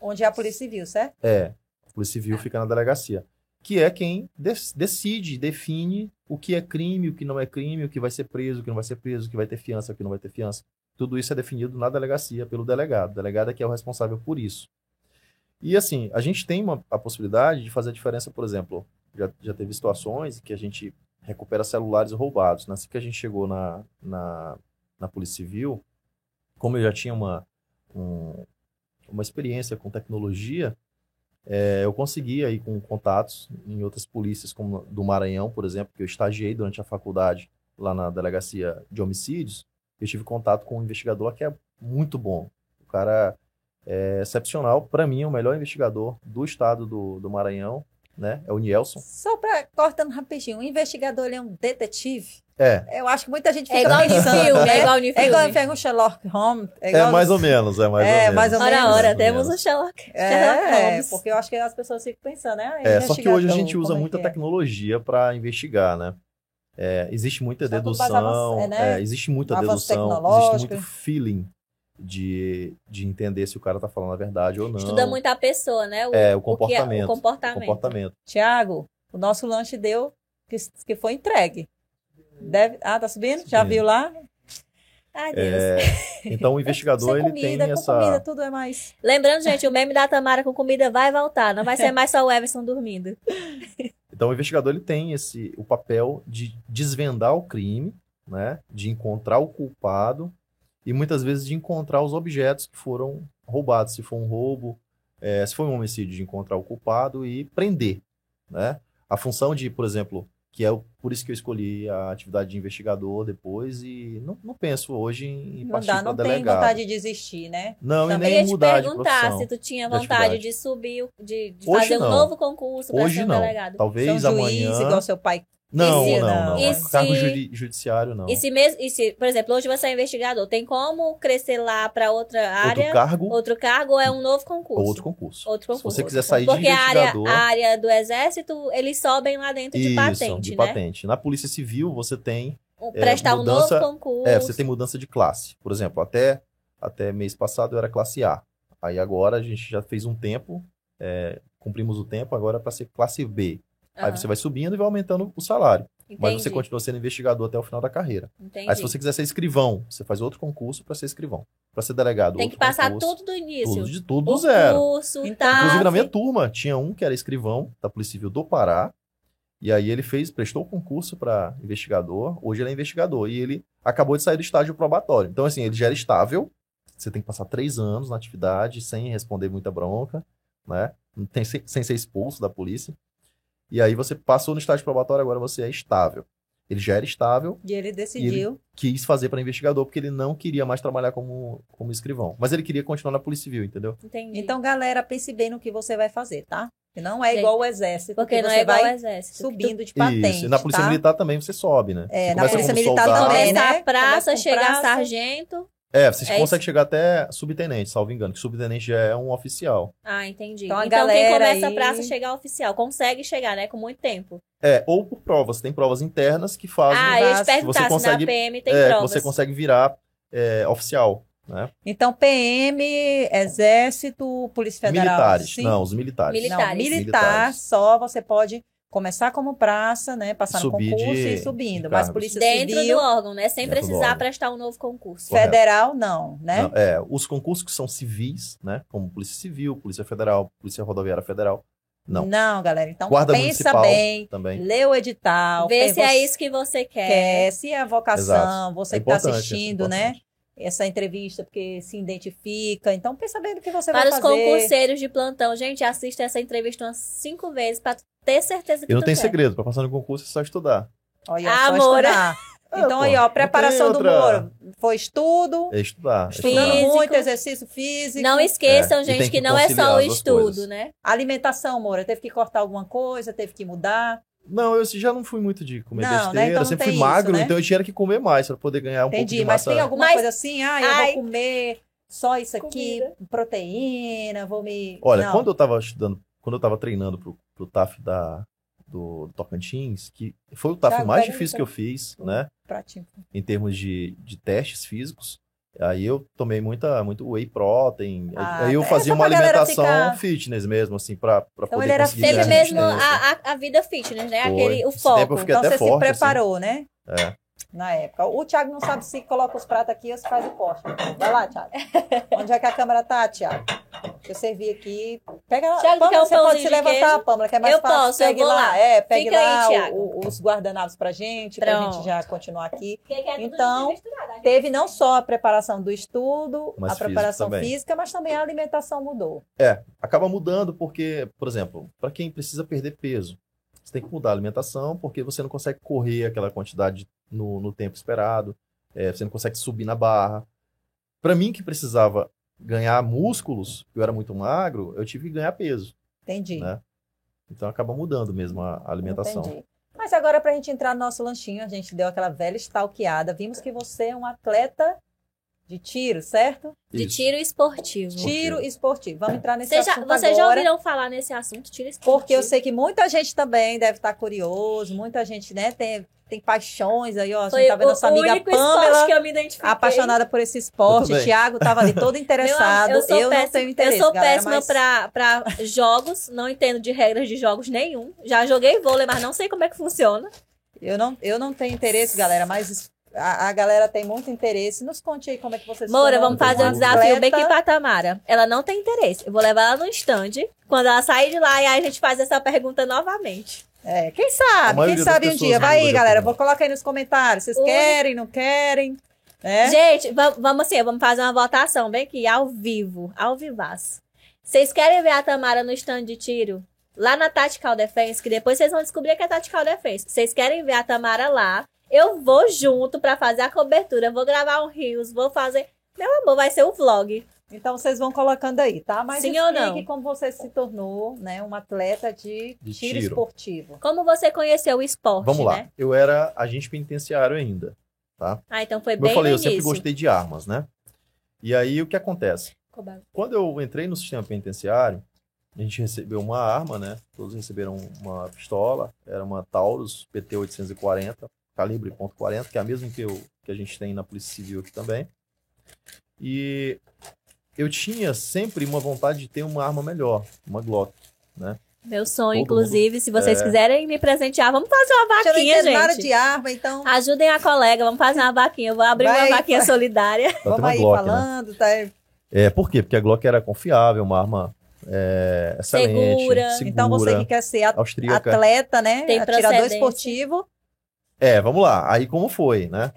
A: Onde é a Polícia Civil, certo?
C: É, a Polícia Civil fica na delegacia, que é quem des- decide, define o que é crime, o que não é crime, o que vai ser preso, o que não vai ser preso, o que vai ter fiança, o que não vai ter fiança. Tudo isso é definido na delegacia pelo delegado. O delegado é que é o responsável por isso. E assim, a gente tem uma, a possibilidade de fazer a diferença, por exemplo, já, já teve situações em que a gente recupera celulares roubados. né? Assim que a gente chegou na, na, na Polícia Civil, como eu já tinha uma, um- uma experiência com tecnologia, é, eu consegui aí com contatos em outras polícias, como do Maranhão, por exemplo, que eu estagiei durante a faculdade lá na delegacia de homicídios. Eu tive contato com um investigador lá que é muito bom. O cara é excepcional. Para mim, é o melhor investigador do estado do, do Maranhão, né? É o Nielson.
A: Só pra, cortando rapidinho, o investigador, ele é um detetive?
C: É,
A: Eu acho que muita gente fica
B: É igual de
A: pensando,
B: filme,
A: né?
B: é igual de
A: É igual
B: filme.
A: pega um Sherlock Holmes. É,
C: é
A: igual-
C: mais ou menos, é mais
A: É,
C: ou menos.
A: mais ou
B: Ora,
A: menos.
B: ora,
C: Mais ou
B: temos
C: menos.
B: o Sherlock, Sherlock
A: É,
B: Holmes.
A: porque eu acho que as pessoas ficam pensando, né? Ah,
C: É, só que hoje a gente
A: investigador,
C: usa
A: como é
C: muita
A: que é?
C: tecnologia para investigar, né? É, existe muita
A: Só tudo mais
C: dedução,
A: avançado, né?
C: é, existe muita
A: Avanço
C: dedução,
A: tecnológico.
C: existe muito feeling de, de entender se o cara tá falando a verdade ou não.
B: Estuda muito a pessoa, né? O,
C: é, o
B: o que é-
C: comportamento.
B: o
C: o
B: comportamento.
C: comportamento.
A: Tiago, o nosso lanche deu, que, que foi entregue. Deve... Ah, tá subindo? Já
C: Subindo.
A: viu lá?
B: Ai, Ah, Deus.
C: É, então o investigador
A: Sem
C: ele
A: é comida,
C: tem
A: com
C: essa
A: comida, tudo é mais.
B: Lembrando, gente, o meme da Tamara com comida vai voltar. Não vai ser mais só o Everson dormindo.
C: Então o investigador ele tem esse o papel de desvendar o crime, né? De encontrar o culpado e muitas vezes de encontrar os objetos que foram roubados, se for um roubo, eh, se for um homicídio, de encontrar o culpado e prender, né? A função de, por exemplo, que é o- por isso que eu escolhi a atividade de investigador depois e não, não penso hoje em, em
A: Não
C: partir
A: dá,
C: para
A: não tem
C: delegado.
A: vontade de desistir, né?
C: Não,
A: Também
C: e
B: Então, Eu
C: nem
B: ia te
C: mudar de
B: perguntar
C: profissão.
B: se tu tinha
C: de
B: vontade
C: atividade.
B: de subir, de, de
C: Hoje
B: fazer
C: não.
B: um novo concurso para
C: Hoje
B: ser um
C: não.
B: delegado.
C: Talvez
A: São juiz,
C: amanhã.
A: igual seu pai.
C: Não,
A: E se-
C: não, não.
A: e
C: não. Cargo
B: se-
C: judi- judiciário, não.
B: E se mesmo, e se, por exemplo, hoje você é investigador, tem como crescer lá para outra área,
C: Outro cargo ou
B: outro cargo ou é um novo concurso?
C: outro concurso.
B: Outro
C: Se
B: concurso.
C: você quiser sair de
B: Porque a área,
C: investigador.
B: a área do exército, eles sobem lá dentro de
C: Isso,
B: patente,
C: de
B: né?
C: patente. Na Polícia Civil, você tem,
B: O-
C: É,
B: Prestar
C: mudança-
B: um novo concurso.
C: é, você tem mudança de classe. Por exemplo, até, até mês passado eu era classe A. Aí agora a gente já fez um tempo, é, cumprimos o tempo, agora é para ser classe B. Aí
B: Aham,
C: você vai subindo e vai aumentando o salário. Mas
B: Ah, entendi,
C: você continua sendo investigador até o final da carreira.
B: entendi.
C: Aí se você é quiser ser escrivão, você faz outro concurso para ser escrivão. Para ser delegado,
B: tem que
C: outro
B: passar
C: concurso,
B: tudo do início.
C: Tudo de tudo
B: o
C: do zero. Então,
B: curso,
A: Inclusive,
B: tá?
C: Inclusive, na minha turma, tinha um que era escrivão da Polícia Civil do Pará. E aí ele fez, prestou o concurso para investigador. Hoje ele é investigador. E ele acabou de sair do estágio probatório. Então, assim, ele já era estável. Você tem que passar três anos na atividade sem responder muita bronca, né? Não tem- sem, sem ser expulso da polícia. E aí você passou no estágio probatório, agora você é estável. Ele já era estável,
A: E ele decidiu.
C: quis fazer para investigador, porque ele não queria mais trabalhar como, como escrivão. Mas ele queria continuar na Polícia Civil, entendeu?
B: Entendi.
A: Então, galera, pense bem no que você vai fazer, tá? Que não é
B: Gente,
A: igual o exército,
B: porque
A: que
B: não
A: você
B: é igual ao
A: vai
B: exército. que tu
A: subindo de patente,
C: Isso. E na Polícia
A: tá?
C: Militar também você sobe, né?
A: É,
C: Você
A: na
C: começa
A: Polícia
C: como
A: Militar
C: soldado.
A: também,
B: Começa
A: né?
B: a praça,
A: Começa com
B: chegar
A: praça.
B: sargento.
C: É, você
B: É
C: consegue chegar até subtenente, salvo engano, que subtenente já é um oficial.
B: Ah, entendi.
A: Então, a
B: quem
A: galera
B: começa
A: aí-
B: a praça chegar ao oficial. Consegue chegar, né? Com muito tempo.
C: É, ou por provas. Tem provas internas que fazem
B: ah, eu ia
A: braço,
B: te perguntar
C: um você
B: se
C: consegue-
B: na PM tem
C: é, que
B: provas.
C: você consegue virar é, oficial. Né?
A: Então, PM, Exército, Polícia Federal.
C: Militares.
A: sim?
C: Não, os militares.
B: Militares.
A: Não, militar,
C: Militares.
A: só você pode começar como praça, né? Passar no
C: Subir de-
A: concurso e ir
C: de
A: subindo. Mas
C: cargos.
A: Polícia
B: Dentro do
A: Civil,
B: órgão, né? Sem
C: Dentro do
B: precisar
C: órgão.
B: prestar um novo concurso.
C: Correto.
A: Federal, não, né?
C: Não, é, os concursos que são civis, né? Como Polícia Civil, Polícia Federal, Polícia Rodoviária Federal, não.
A: galera. Então,
C: Guarda
A: pensa
C: Municipal.
A: bem,
C: também.
A: lê o edital.
B: Vê
A: quem
B: se é
A: você
B: isso que você quer.
A: quer, se é a vocação,
C: Exato.
A: você
C: É
A: que está
C: importante, é
A: assistindo, né?
C: importante.
A: Essa entrevista, porque se identifica. Então, pensa bem no que você
B: Para
A: vai
B: os
A: fazer.
B: concurseiros de plantão, gente, assista essa entrevista umas cinco vezes pra ter certeza que
C: Eu não
B: tu
C: tenho
B: quer.
C: segredo, pra passar no concurso é só estudar. É,
A: Olha,
B: Ah,
A: só
B: amor.
A: estudar.
B: Ah,
A: Então, aí, ó, preparação do
C: muro.
A: Moro. Foi estudo,
C: É estudar. é
A: Estudando
C: estudar.
B: Físico.
A: muito, exercício físico.
B: Não esqueçam,
C: É, e tem
B: gente,
C: que
B: que, não é
C: conciliar
B: só o
C: as duas
B: estudo,
C: coisas.
B: né?
A: Alimentação, Moura. Teve que cortar alguma coisa, teve que mudar.
C: Não, eu já não fui muito de comer
A: Não, né?
C: besteira.
A: Então
C: eu
A: não
C: sempre
A: tem
C: fui
A: isso,
C: magro,
A: né?
C: então eu tinha que comer mais pra poder ganhar um pouco
A: Entendi.
C: de
A: Mas
C: massa.
A: tem alguma
B: Mas-
A: coisa assim? Ah, eu
B: Ai.
A: vou comer só isso aqui,
B: Comida.
A: proteína, vou me.
C: Olha,
A: Não.
C: quando eu tava estudando, quando eu tava treinando pro, pro TAF da, do, do Tocantins, que foi o TAF
A: Thiago,
C: mais
A: pega
C: difícil
A: então.
C: que eu fiz, né?
A: Pratinho.
C: Em termos de, de testes físicos. Aí eu tomei muita, muito whey protein.
A: Ah,
C: aí eu
A: é
C: fazia
A: só pra
C: uma
A: galera
C: alimentação
A: ficar-
C: fitness mesmo, assim, pra, pra
A: Então
C: poder
A: ele era
C: conseguir
A: fit
B: Teve
C: ganhar
B: mesmo a,
C: resistência.
B: a- a vida fitness, né?
C: Foi.
B: Aquele, o
C: Esse tempo eu
B: foco.
C: fiquei
A: Então
C: até
A: você se
C: forte, assim.
A: preparou, né?
C: É.
A: Na época. O Thiago não sabe se coloca os pratos aqui ou se faz o corte. Vai lá, Thiago. Onde é que a câmera tá, Thiago? Eu servi aqui. Pega lá.
B: Thiago, tu quer
A: Pâmela,
B: um
A: você pode
B: pãozinho
A: se
B: de
A: levantar,
B: queijo?
A: Pâmela, que é mais
B: Eu
A: fácil.
B: posso,
A: pegue
B: eu vou lá.
A: É, pegue
B: Fica aí,
A: lá o-
B: Thiago.
A: o- os guardanapos pra gente, pra
B: Pronto.
A: gente já continuar aqui.
B: Porque quer tudo
A: Então,
B: misturado, a gente
A: Teve não só a preparação do estudo,
C: Mas
A: a
C: físico
A: preparação
C: também.
A: física, mas também a alimentação mudou.
C: É, acaba mudando porque, por exemplo, para quem precisa perder peso, você tem que mudar a alimentação porque você não consegue correr aquela quantidade no, no tempo esperado, é, você não consegue subir na barra. Para mim que precisava ganhar músculos, eu era muito magro, eu tive que ganhar peso.
A: Entendi.
C: Né? Então acaba mudando mesmo a a alimentação.
A: Entendi. Mas agora, pra gente entrar no nosso lanchinho, a gente deu aquela velha stalkeada. Vimos que você é um atleta de tiro, certo?
B: De é
C: Isso.
B: tiro esportivo.
C: Esportivo.
A: Tiro esportivo. Vamos entrar nesse
B: Vocês já,
A: assunto
B: vocês já
A: agora.
B: ouviram falar nesse assunto, tiro esportivo?
A: porque eu sei que muita gente também deve estar curioso, muita gente, né, tem, tem paixões aí, ó. A gente
B: Foi
A: tá vendo
B: o,
A: nossa
B: o
A: amiga
B: único esporte
A: Pamela,
B: que eu me identifiquei.
A: apaixonada por esse esporte.
C: Eu também.
A: Thiago tava ali todo
B: Meu amor,
A: interessado.
B: eu, sou
A: não
B: péssima,
A: tenho interesse,
B: eu sou
A: galera,
B: péssima
A: mas-
B: pra, pra jogos, não entendo de regras de jogos nenhum. Já joguei vôlei, mas não sei como é que funciona.
A: Eu não, eu não tenho interesse, galera, mas a, a galera tem muito interesse. Nos conte aí como é que vocês
B: Moura,
A: foram
B: vamos fazer um
A: atleta.
B: desafio bem que pra Tamara. Ela não tem interesse. Eu vou levar ela no stand. Quando ela sair de lá, e aí a gente faz essa pergunta novamente.
A: É, quem
C: A
A: sabe?
C: maioria
A: Quem
C: das
A: sabe um
C: pessoas
A: dia.
C: não
A: Vai aí,
C: gosta de
A: galera.
C: opinião.
A: Vou colocar aí nos comentários. Vocês
B: Ui.
A: querem, não querem?
C: É?
A: Né?
B: Gente, va- vamos assim, vamos fazer uma votação bem aqui, ao vivo, ao vivaço. Vocês querem ver a Tamara no stand de tiro? Lá na Tactical Defense, que depois vocês vão descobrir que é Tactical Defense. Vocês querem ver a Tamara lá? Eu vou junto pra fazer a cobertura, vou gravar um Rios, vou fazer... Meu amor, vai ser um vlog.
A: Então vocês vão colocando aí, tá? Mas
B: Sim ou não?
A: explique como você se tornou né, um atleta de,
C: De
A: tiro,
C: tiro.
A: esportivo.
B: Como você conheceu o esporte,
C: Vamos lá.
B: né?
C: Eu era agente penitenciário ainda.
B: Ah, então foi
C: Como
B: bem
C: eu falei,
B: no
C: eu sempre
B: início.
C: gostei de armas, né? E aí o que acontece?
B: é?
C: Quando eu entrei no sistema penitenciário, a gente recebeu uma arma, né? Todos receberam uma pistola, era uma Taurus PT-840, calibre .40, que é a mesma que, eu, que a gente tem na Polícia Civil aqui também. E eu tinha sempre uma vontade de ter uma arma melhor, uma Glock.
B: Meu sonho,
C: Todo
B: inclusive, se
C: É.
B: vocês quiserem me presentear, vamos fazer uma
A: Eu não
B: vaquinha,
A: entendo nada
B: Ah, gente. Ah.
A: de arma, então
B: Ajudem a colega, vamos fazer uma vaquinha. Eu vou abrir
A: Vai,
B: uma vaquinha solidária.
C: Ela tem
A: vamos
C: uma
A: aí
C: Glock, né?
A: falando, tá?
C: É, por quê? Porque a Glock era confiável, uma arma é, excelente,
B: Segura.
C: segura,
A: Então você que quer ser a-
C: austríaca.
A: atleta, né?
B: Tem
A: Atirador
B: procedência.
A: esportivo.
C: É, vamos lá. Aí como foi, né?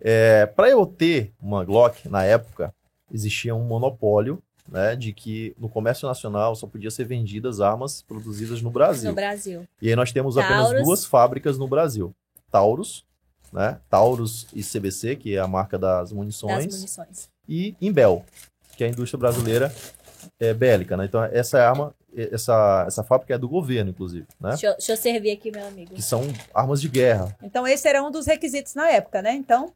C: É, para eu ter uma Glock, na época, existia um monopólio, né, de que no comércio nacional só podia ser vendidas armas produzidas no Brasil.
B: No Brasil.
C: E aí nós temos
B: Taurus.
C: apenas duas fábricas no Brasil. Taurus, né? Taurus e CBC, que é a marca das
B: Das
C: munições, né?
B: munições.
C: e Imbel, que é a indústria brasileira é, bélica, né? Então essa arma, essa, essa fábrica é do governo, inclusive, né?
B: Deixa eu, deixa eu servir aqui, meu amigo.
C: Que são armas de guerra,
A: Então esse era um dos requisitos na época, né? Então,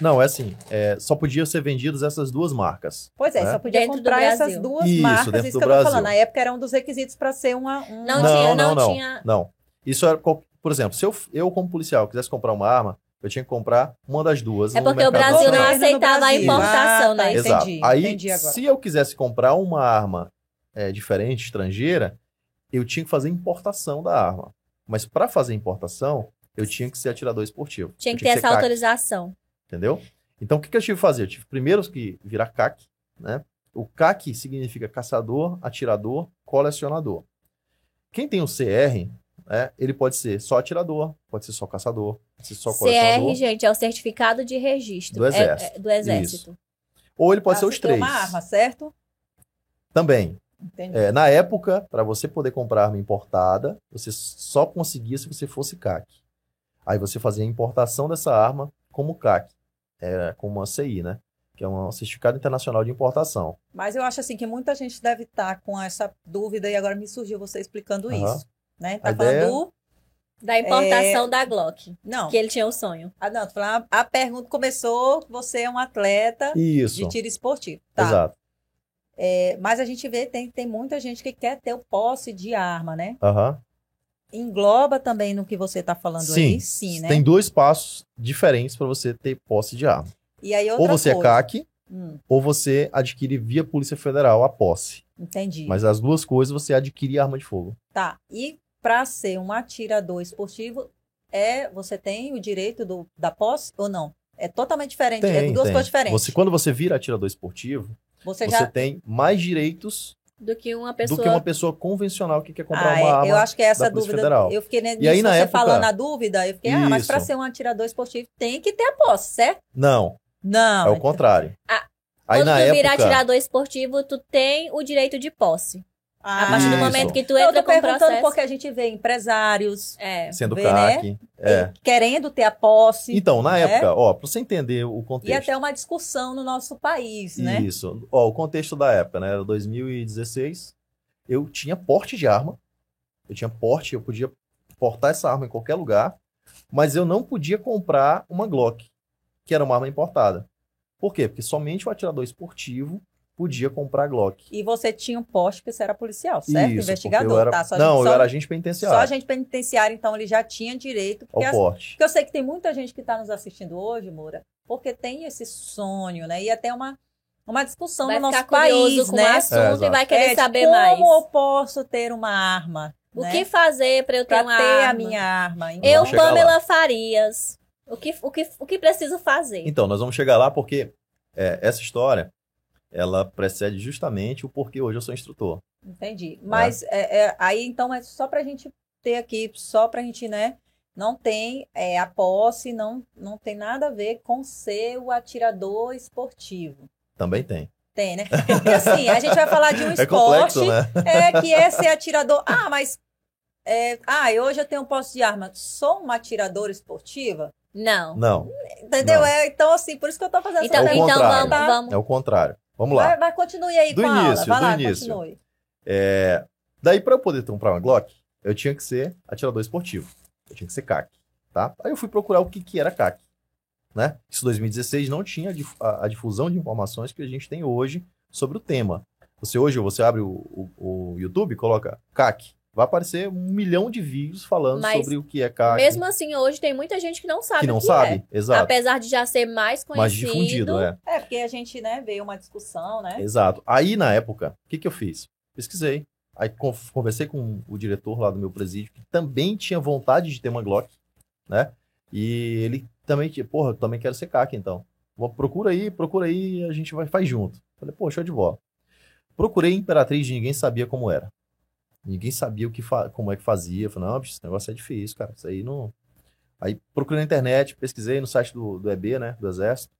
C: Não, é assim, é, só podia ser vendidas essas duas marcas.
A: pois é,
C: É.
A: só podia
B: Dentro do
A: comprar
B: Brasil.
A: essas duas
C: Isso,
A: marcas.
C: dentro
A: Isso
C: do
A: que eu tô
C: Brasil.
A: falando. Na época era um dos requisitos para ser uma. Um...
B: Não tinha- não tinha-
C: não. Isso era, qual- por exemplo, se eu, eu como policial quisesse comprar uma arma, eu tinha que comprar uma das duas.
B: É
C: no
B: porque o
C: mercado
B: Brasil não
C: nacional.
A: Governo do
B: aceitava a
A: Brasil.
B: importação,
A: Ah, tá,
B: né?
C: Exato.
A: Entendi,
C: Aí,
A: entendi agora.
C: se eu quisesse comprar uma arma é, diferente, estrangeira, eu tinha que fazer importação da arma. Mas para fazer importação, eu tinha que ser atirador esportivo.
B: Tinha
C: Eu
B: que ter
C: ser
B: essa
C: CAC.
B: autorização.
C: Entendeu? Então o que, que eu tive que fazer? Eu tive primeiro que virar CAC, né? O CAC significa caçador, atirador, colecionador. Quem tem o CR, né, ele pode ser só atirador, pode ser só caçador, pode ser só colecionador.
B: CR, gente, é o certificado de registro.
C: Do
B: É-
C: Exército.
B: é- do exército.
C: Ou ele pode
A: Pra
C: ser
A: se
C: os
A: ter
C: três.
A: Uma arma, certo?
C: Também.
A: Entendi.
C: É, na época, para você poder comprar arma importada, você só conseguia se você fosse CAC. Aí você fazia a importação dessa arma como CAC, é, como uma CI, né? Que é um certificado internacional de importação.
A: Mas eu acho assim que muita gente deve estar com essa dúvida e agora me surgiu você explicando
C: Aham.
A: isso, né? Tá
C: A
A: falando
C: ideia- é
A: do...
B: Da
A: É.
B: importação da Glock.
A: Não,
B: Que ele tinha o sonho.
A: ah, não, tô falando, a pergunta começou, você é um atleta
C: Isso.
A: de tiro esportivo, tá?
C: Exato.
A: É, mas a gente vê, tem, tem muita gente que quer ter o posse de arma, né?
C: Aham.
A: Engloba também no que você tá falando aí, sim, né?
C: Tem dois passos diferentes para você ter posse de arma.
A: E aí outra
C: ou você
A: coisa.
C: é CAC,
A: Hum,
C: ou você adquire via Polícia Federal a posse.
A: entendi.
C: Mas as duas coisas você adquire arma de fogo.
A: Tá, e para ser um atirador esportivo, é você tem o direito do, da posse ou não? É totalmente diferente, é
C: Tem,
A: duas
C: tem.
A: coisas diferentes.
C: Você, quando você vira atirador esportivo,
A: Você
C: você,
A: já
C: tem mais direitos
B: Do que uma pessoa.
C: do que uma pessoa convencional que quer comprar
A: Ah,
C: uma
A: é,
C: arma.
A: eu acho que é essa
C: da
A: a
C: Polícia
A: dúvida.
C: Federal.
A: Eu fiquei nisso,
C: E aí, na
A: você
C: época-
A: falando a dúvida, eu fiquei, ah, mas para
C: Isso.
A: ser um atirador esportivo tem que ter a posse, certo?
C: Não,
A: Não.
C: é o
A: então-
C: contrário.
B: Ah,
C: Aí
B: Quando
C: na
B: tu virar
C: época.
B: atirador esportivo, tu tem o direito de posse.
A: Ah,
B: a partir do
C: Isso.
B: momento que tu
A: eu
B: entra
A: tô
B: com o
A: perguntando
B: processo.
A: porque a gente vê empresários
B: É.
C: Sendo
A: vê,
C: CAC. É.
A: eh, querendo ter a posse
C: Então, na
A: né?
C: época, é. ó, pra você entender o
A: e
C: contexto.
A: até uma discussão no nosso país, né?
C: Isso. Ó, o contexto da época, né? Era 2016. Eu tinha porte de arma. Eu tinha porte, eu podia portar essa arma em qualquer lugar. Mas eu não podia comprar uma Glock, que era uma arma importada. Por quê? Porque somente o atirador esportivo podia comprar Glock.
A: E você tinha um poste que você era policial, certo?
C: Isso, porque
A: Investigador,
C: eu era...
A: tá? Só
C: não,
A: gente,
C: eu
A: só,
C: era agente
A: só
C: penitenciário.
A: agente penitenciário, então ele já tinha direito. Porque,
C: Ao
A: as-
C: porte.
A: porque eu sei que tem muita gente que está nos assistindo hoje, Moura, porque tem esse sonho, né? E até uma, uma discussão
B: Vai
A: no nosso
B: ficar curioso
A: país,
B: com
A: né?
B: o
C: É,
B: assunto e
C: exato.
B: vai querer
A: É, de
B: saber
A: como
B: mais.
A: eu posso ter uma arma?
B: O
A: né?
B: que fazer pra eu ter
A: pra
B: uma
A: ter a
B: arma?
A: minha arma? então. hein?
B: Eu,
C: Vamos chegar
B: Pamela
C: lá.
B: Farias. O que, o, que, o que preciso fazer?
C: Então, nós vamos chegar lá porque é, essa história, ela precede justamente o porquê hoje eu sou instrutor.
A: Entendi. Mas é, é, aí então é só pra gente ter aqui só para a gente, né? Não tem é, a posse, não, não tem nada a ver com ser o atirador esportivo.
C: Também tem.
A: Tem, né? Porque assim, a gente vai falar de um
C: É
A: esporte
C: complexo, né?
A: é, que é ser atirador. Ah, mas. É, ah, e hoje eu tenho um posse de arma. Sou uma atiradora esportiva?
B: Não.
C: Não,
A: Entendeu?
C: Não.
A: É, então, assim, por isso que eu tô fazendo
B: Então,
A: essa
C: Ao
B: então
C: contrário.
B: vamos, vamos.
C: é o contrário. Vamos lá.
A: Vai, vai, continue aí
C: Do
A: com a aula.
C: início,
A: Vai
C: do
A: lá,
C: início.
A: continue.
C: É, Daí, pra eu poder comprar uma Glock, eu tinha que ser atirador esportivo. Eu tinha que ser CAC, tá? Aí eu fui procurar o que, que era CAC, né? Isso em 2016 não tinha a dif- a, a difusão de informações que a gente tem hoje sobre o tema. Você hoje, você abre o, o- o YouTube, coloca CAC, vai aparecer um milhão de vídeos falando
B: Mas
C: sobre o que é CAC,
B: Mesmo assim, hoje tem muita gente que não sabe
C: que não
B: o que
C: sabe,
B: é.
C: exato.
B: Apesar de já ser mais conhecido.
C: Mais difundido, é.
A: É, porque a gente, né, veio uma discussão, né?
C: Exato. Aí, na época, o que, que eu fiz? Pesquisei. Aí con- conversei com o diretor lá do meu presídio, que também tinha vontade de ter uma Glock, né? E ele também tinha, porra, eu também quero ser CAC, então. Vou- Procura aí, procura aí, a gente vai faz junto. Falei, pô, show de bola. Procurei Imperatriz e ninguém sabia como era. Ninguém sabia o que fa- como é que fazia. Falei, não, bicho, esse negócio é difícil, cara. Isso aí não. Aí procurei na internet, pesquisei no site do, do EB, né? Do Exército.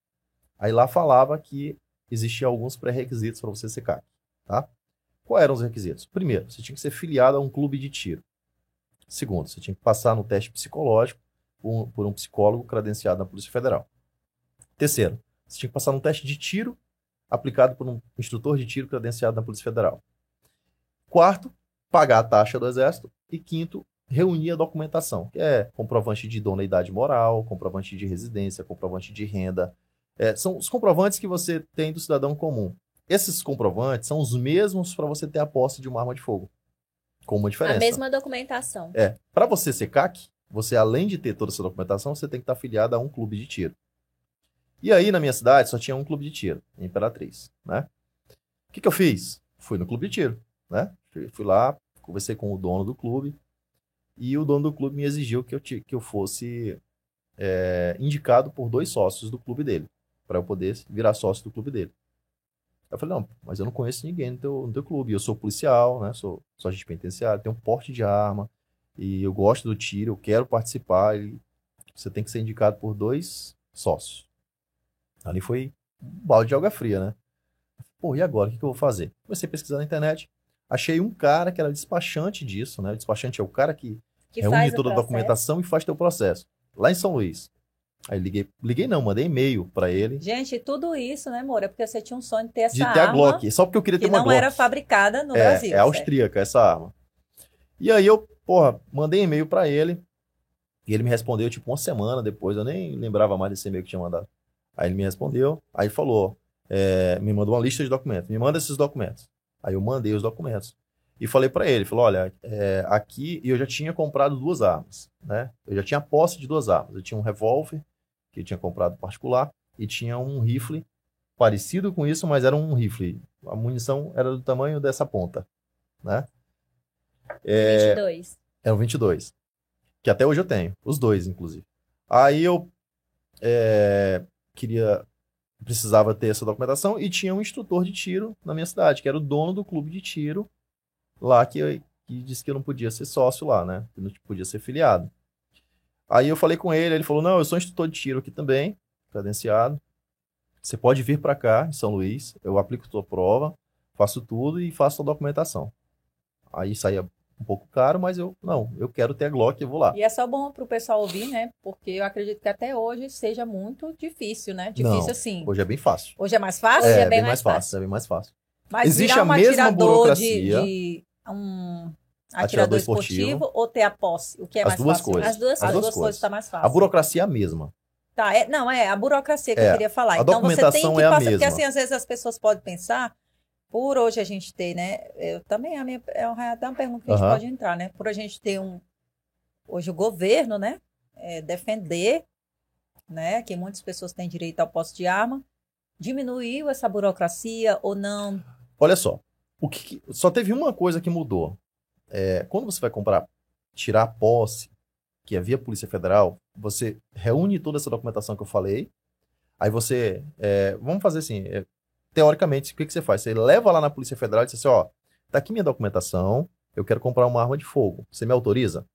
C: Aí lá falava que existiam alguns pré-requisitos para você ser CAC, tá? Quais eram os requisitos? Primeiro, você tinha que ser filiado a um clube de tiro. Segundo, você tinha que passar no teste psicológico por, por um psicólogo credenciado na Polícia Federal. Terceiro, você tinha que passar num teste de tiro aplicado por um instrutor de tiro credenciado na Polícia Federal. Quarto, pagar a taxa do Exército. E quinto, reunir a documentação, que é comprovante de idoneidade moral, comprovante de residência, comprovante de renda, é, são os comprovantes que você tem do cidadão comum. Esses comprovantes são os mesmos para você ter a posse de uma arma de fogo. Com uma
B: A
C: diferença.
B: mesma documentação.
C: É. Para você ser CAC, você além de ter toda essa documentação, você tem que estar afiliado a um clube de tiro. E aí, na minha cidade, só tinha um clube de tiro, em Imperatriz, né? O que, que eu fiz? Fui no clube de tiro, né? Fui- Fui lá, conversei com o dono do clube e o dono do clube me exigiu que eu, ti- que eu fosse é, indicado por dois sócios do clube dele, para eu poder virar sócio do clube dele. Eu falei, não, mas eu não conheço ninguém no teu, no teu clube. Eu sou policial, né? Sou, sou agente penitenciário, tenho porte de arma, e eu gosto do tiro, eu quero participar, e você tem que ser indicado por dois sócios. Ali foi um balde de água fria, né? Pô, e agora? O que que eu vou fazer? Comecei a pesquisar na internet, achei um cara que era despachante disso, né? O despachante é o cara que
B: Que
C: reúne
B: faz o
C: É toda a
B: processo.
C: documentação e faz teu processo. Lá em São Luís. Aí liguei, liguei não, mandei e-mail pra ele
A: Gente, tudo isso, né, Moura? Porque você tinha um sonho de ter essa
C: de ter a
B: Tá.
A: arma
C: Glock. Só porque eu queria
A: que
C: ter uma
A: não
C: Glock.
A: era fabricada no
C: é,
A: Brasil.
C: É
A: certo?
C: austríaca essa arma. E aí eu, porra, mandei e-mail pra ele. E ele me respondeu, tipo, uma semana depois. Eu nem lembrava mais desse e-mail que tinha mandado. Aí ele me respondeu. Aí falou, é, me mandou uma lista de documentos. Me manda esses documentos. Aí eu mandei os documentos. E falei pra ele, falou, olha, é, aqui e eu já tinha comprado duas armas, né? Eu já tinha posse de duas armas. Eu tinha um revólver, que eu tinha comprado particular, e tinha um rifle parecido com isso, mas era um rifle. A munição era do tamanho dessa ponta, né? É,
B: 22.
C: é o 22. Que até hoje eu tenho. Os dois, inclusive. Aí eu é, queria. Precisava ter essa documentação e tinha um instrutor de tiro na minha cidade, que era o dono do clube de tiro lá, que, que disse que eu não podia ser sócio lá, né? Que não podia ser filiado. Aí eu falei com ele, ele falou: Não, eu sou instrutor de tiro aqui também, credenciado. Você pode vir pra cá, em São Luís, eu aplico tua prova, faço tudo e faço a documentação. Aí saía um pouco caro, mas eu, não, eu quero ter a Glock, eu vou lá.
A: E é só bom pro pessoal ouvir, né? Porque eu acredito que até hoje seja muito difícil, né?
C: Não.
A: Difícil assim.
C: Hoje é bem fácil.
A: Hoje é mais fácil?
B: Hoje é bem mais fácil.
C: é bem mais fácil.
A: Mas
C: Existe
A: virar
C: a
A: um
C: mesma
A: atirador de,
C: burocracia.
A: de um atirador,
C: Atirador
A: esportivo,
C: esportivo.
A: ou ter a posse? O que é
C: As
A: mais
C: duas
A: fácil?
C: coisas.
B: As duas,
A: As, duas,
C: duas
A: coisas
C: coisas.
A: está mais fácil.
C: A burocracia é a mesma.
A: Tá, é- não, é a burocracia que
C: É,
A: eu queria falar.
C: a
A: então você tem
C: documentação
A: que
C: é a
A: passar, porque
C: mesma.
A: assim, às vezes as pessoas podem pensar, por hoje a gente ter, né? Eu também, a minha, é uma- até uma pergunta que a gente
C: Aham.
A: pode entrar, né? Por a gente ter um. Hoje o governo, né? é, defender, né? Que muitas pessoas têm direito ao posse de arma. Diminuiu essa burocracia ou não?
C: Olha só, o que que- só teve uma coisa que mudou. É, quando você vai comprar, tirar a posse, que é via Polícia Federal, você reúne toda essa documentação que eu falei. Aí você, é, vamos fazer assim, é, teoricamente, o que, que você faz? Você leva lá na Polícia Federal e diz assim, ó, tá aqui minha documentação, Eu quero comprar uma arma de fogo. Você me autoriza?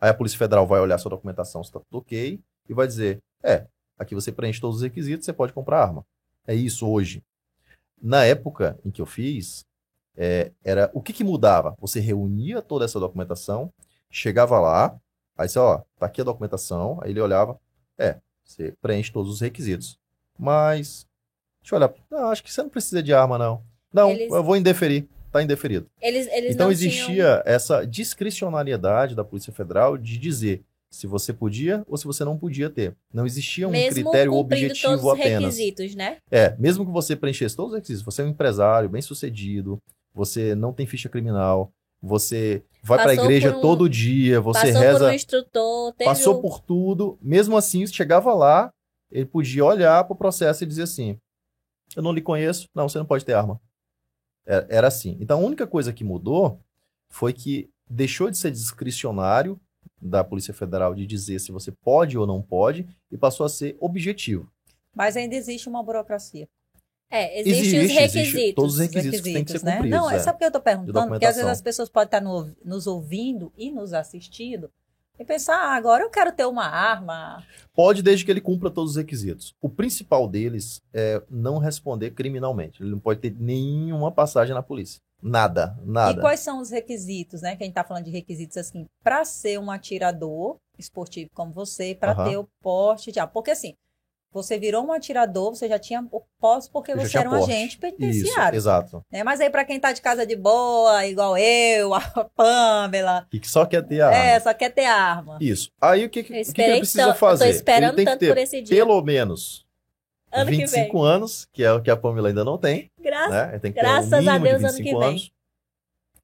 C: Aí a Polícia Federal vai olhar sua documentação se está tudo ok e vai dizer: é, aqui você preenche todos os requisitos, você pode comprar arma. É isso hoje. Na época em que eu fiz, é, era o que, que mudava? Você reunia toda essa documentação, chegava lá, aí você, ó, tá aqui a documentação, aí ele olhava, é, você preenche todos os requisitos. Mas, deixa eu olhar, não, acho que você não precisa de arma, não. Não,
B: Eles-
C: eu vou indeferir, tá indeferido.
B: Eles, eles
C: Então
B: não tinham...
C: existia essa discricionariedade da Polícia Federal de dizer se você podia ou se você não podia ter. Não existia um
B: mesmo
C: critério
B: cumprindo todos
C: objetivo
B: os
C: apenas.
B: requisitos, né?
C: É, mesmo que você preenchesse todos os requisitos, você é um empresário bem sucedido, você não tem ficha criminal, você vai para a
B: Passou
C: igreja
B: por um-
C: todo dia, você
B: passou
C: reza,
B: por um instrutor, teve
C: passou
B: um-
C: por tudo, mesmo assim, chegava lá, ele podia olhar pro processo e dizer assim: eu não lhe conheço, não, você não pode ter arma. É- Era assim. Então a única coisa que mudou foi que deixou de ser discricionário da Polícia Federal de dizer se você pode ou não pode e passou a ser objetivo.
A: Mas ainda existe uma burocracia.
B: É,
C: Existe,
B: existem os
C: existe.
B: requisitos.
C: Todos os
A: os
C: requisitos, que têm que ser cumpridos.
A: Não, é.
C: é.
A: sabe por que eu estou perguntando? Porque às vezes
C: documentação.
A: as pessoas podem estar no- nos ouvindo e nos assistindo e pensar, ah, agora eu quero ter uma arma.
C: Pode desde que ele cumpra todos os requisitos. O principal deles é não responder criminalmente. Ele não pode ter nenhuma passagem na polícia. Nada,
A: E
C: nada.
A: quais são os requisitos, né? Que a gente está falando de requisitos assim, para ser um atirador esportivo como você, para
C: Aham.
A: ter o porte de arma. Porque assim, você virou um atirador, você já tinha o posse porque
C: Eu já
A: você
C: tinha
A: era um
C: porte.
A: agente
C: Isso,
A: penitenciário.
C: exato.
A: né? Mas aí, para quem tá de casa de boa, igual eu, a Pamela,
C: E que só quer ter a
A: é,
C: arma.
A: só quer ter arma.
C: Isso. Aí o que, que,
B: Eu
C: o que que
B: esperei
C: ele precisa
B: tanto,
C: fazer?
B: então, eu tô esperando
C: ele tem
B: tanto
C: que ter
B: por esse dia.
C: pelo menos
B: ano que vem.
C: 25 anos, que é o que a Pamela ainda não tem.
B: Graças
C: Né? Ele tem que
B: graças
C: ter
B: a
C: um mínimo
B: Deus,
C: de
B: ano que
C: 25
B: vem.
C: anos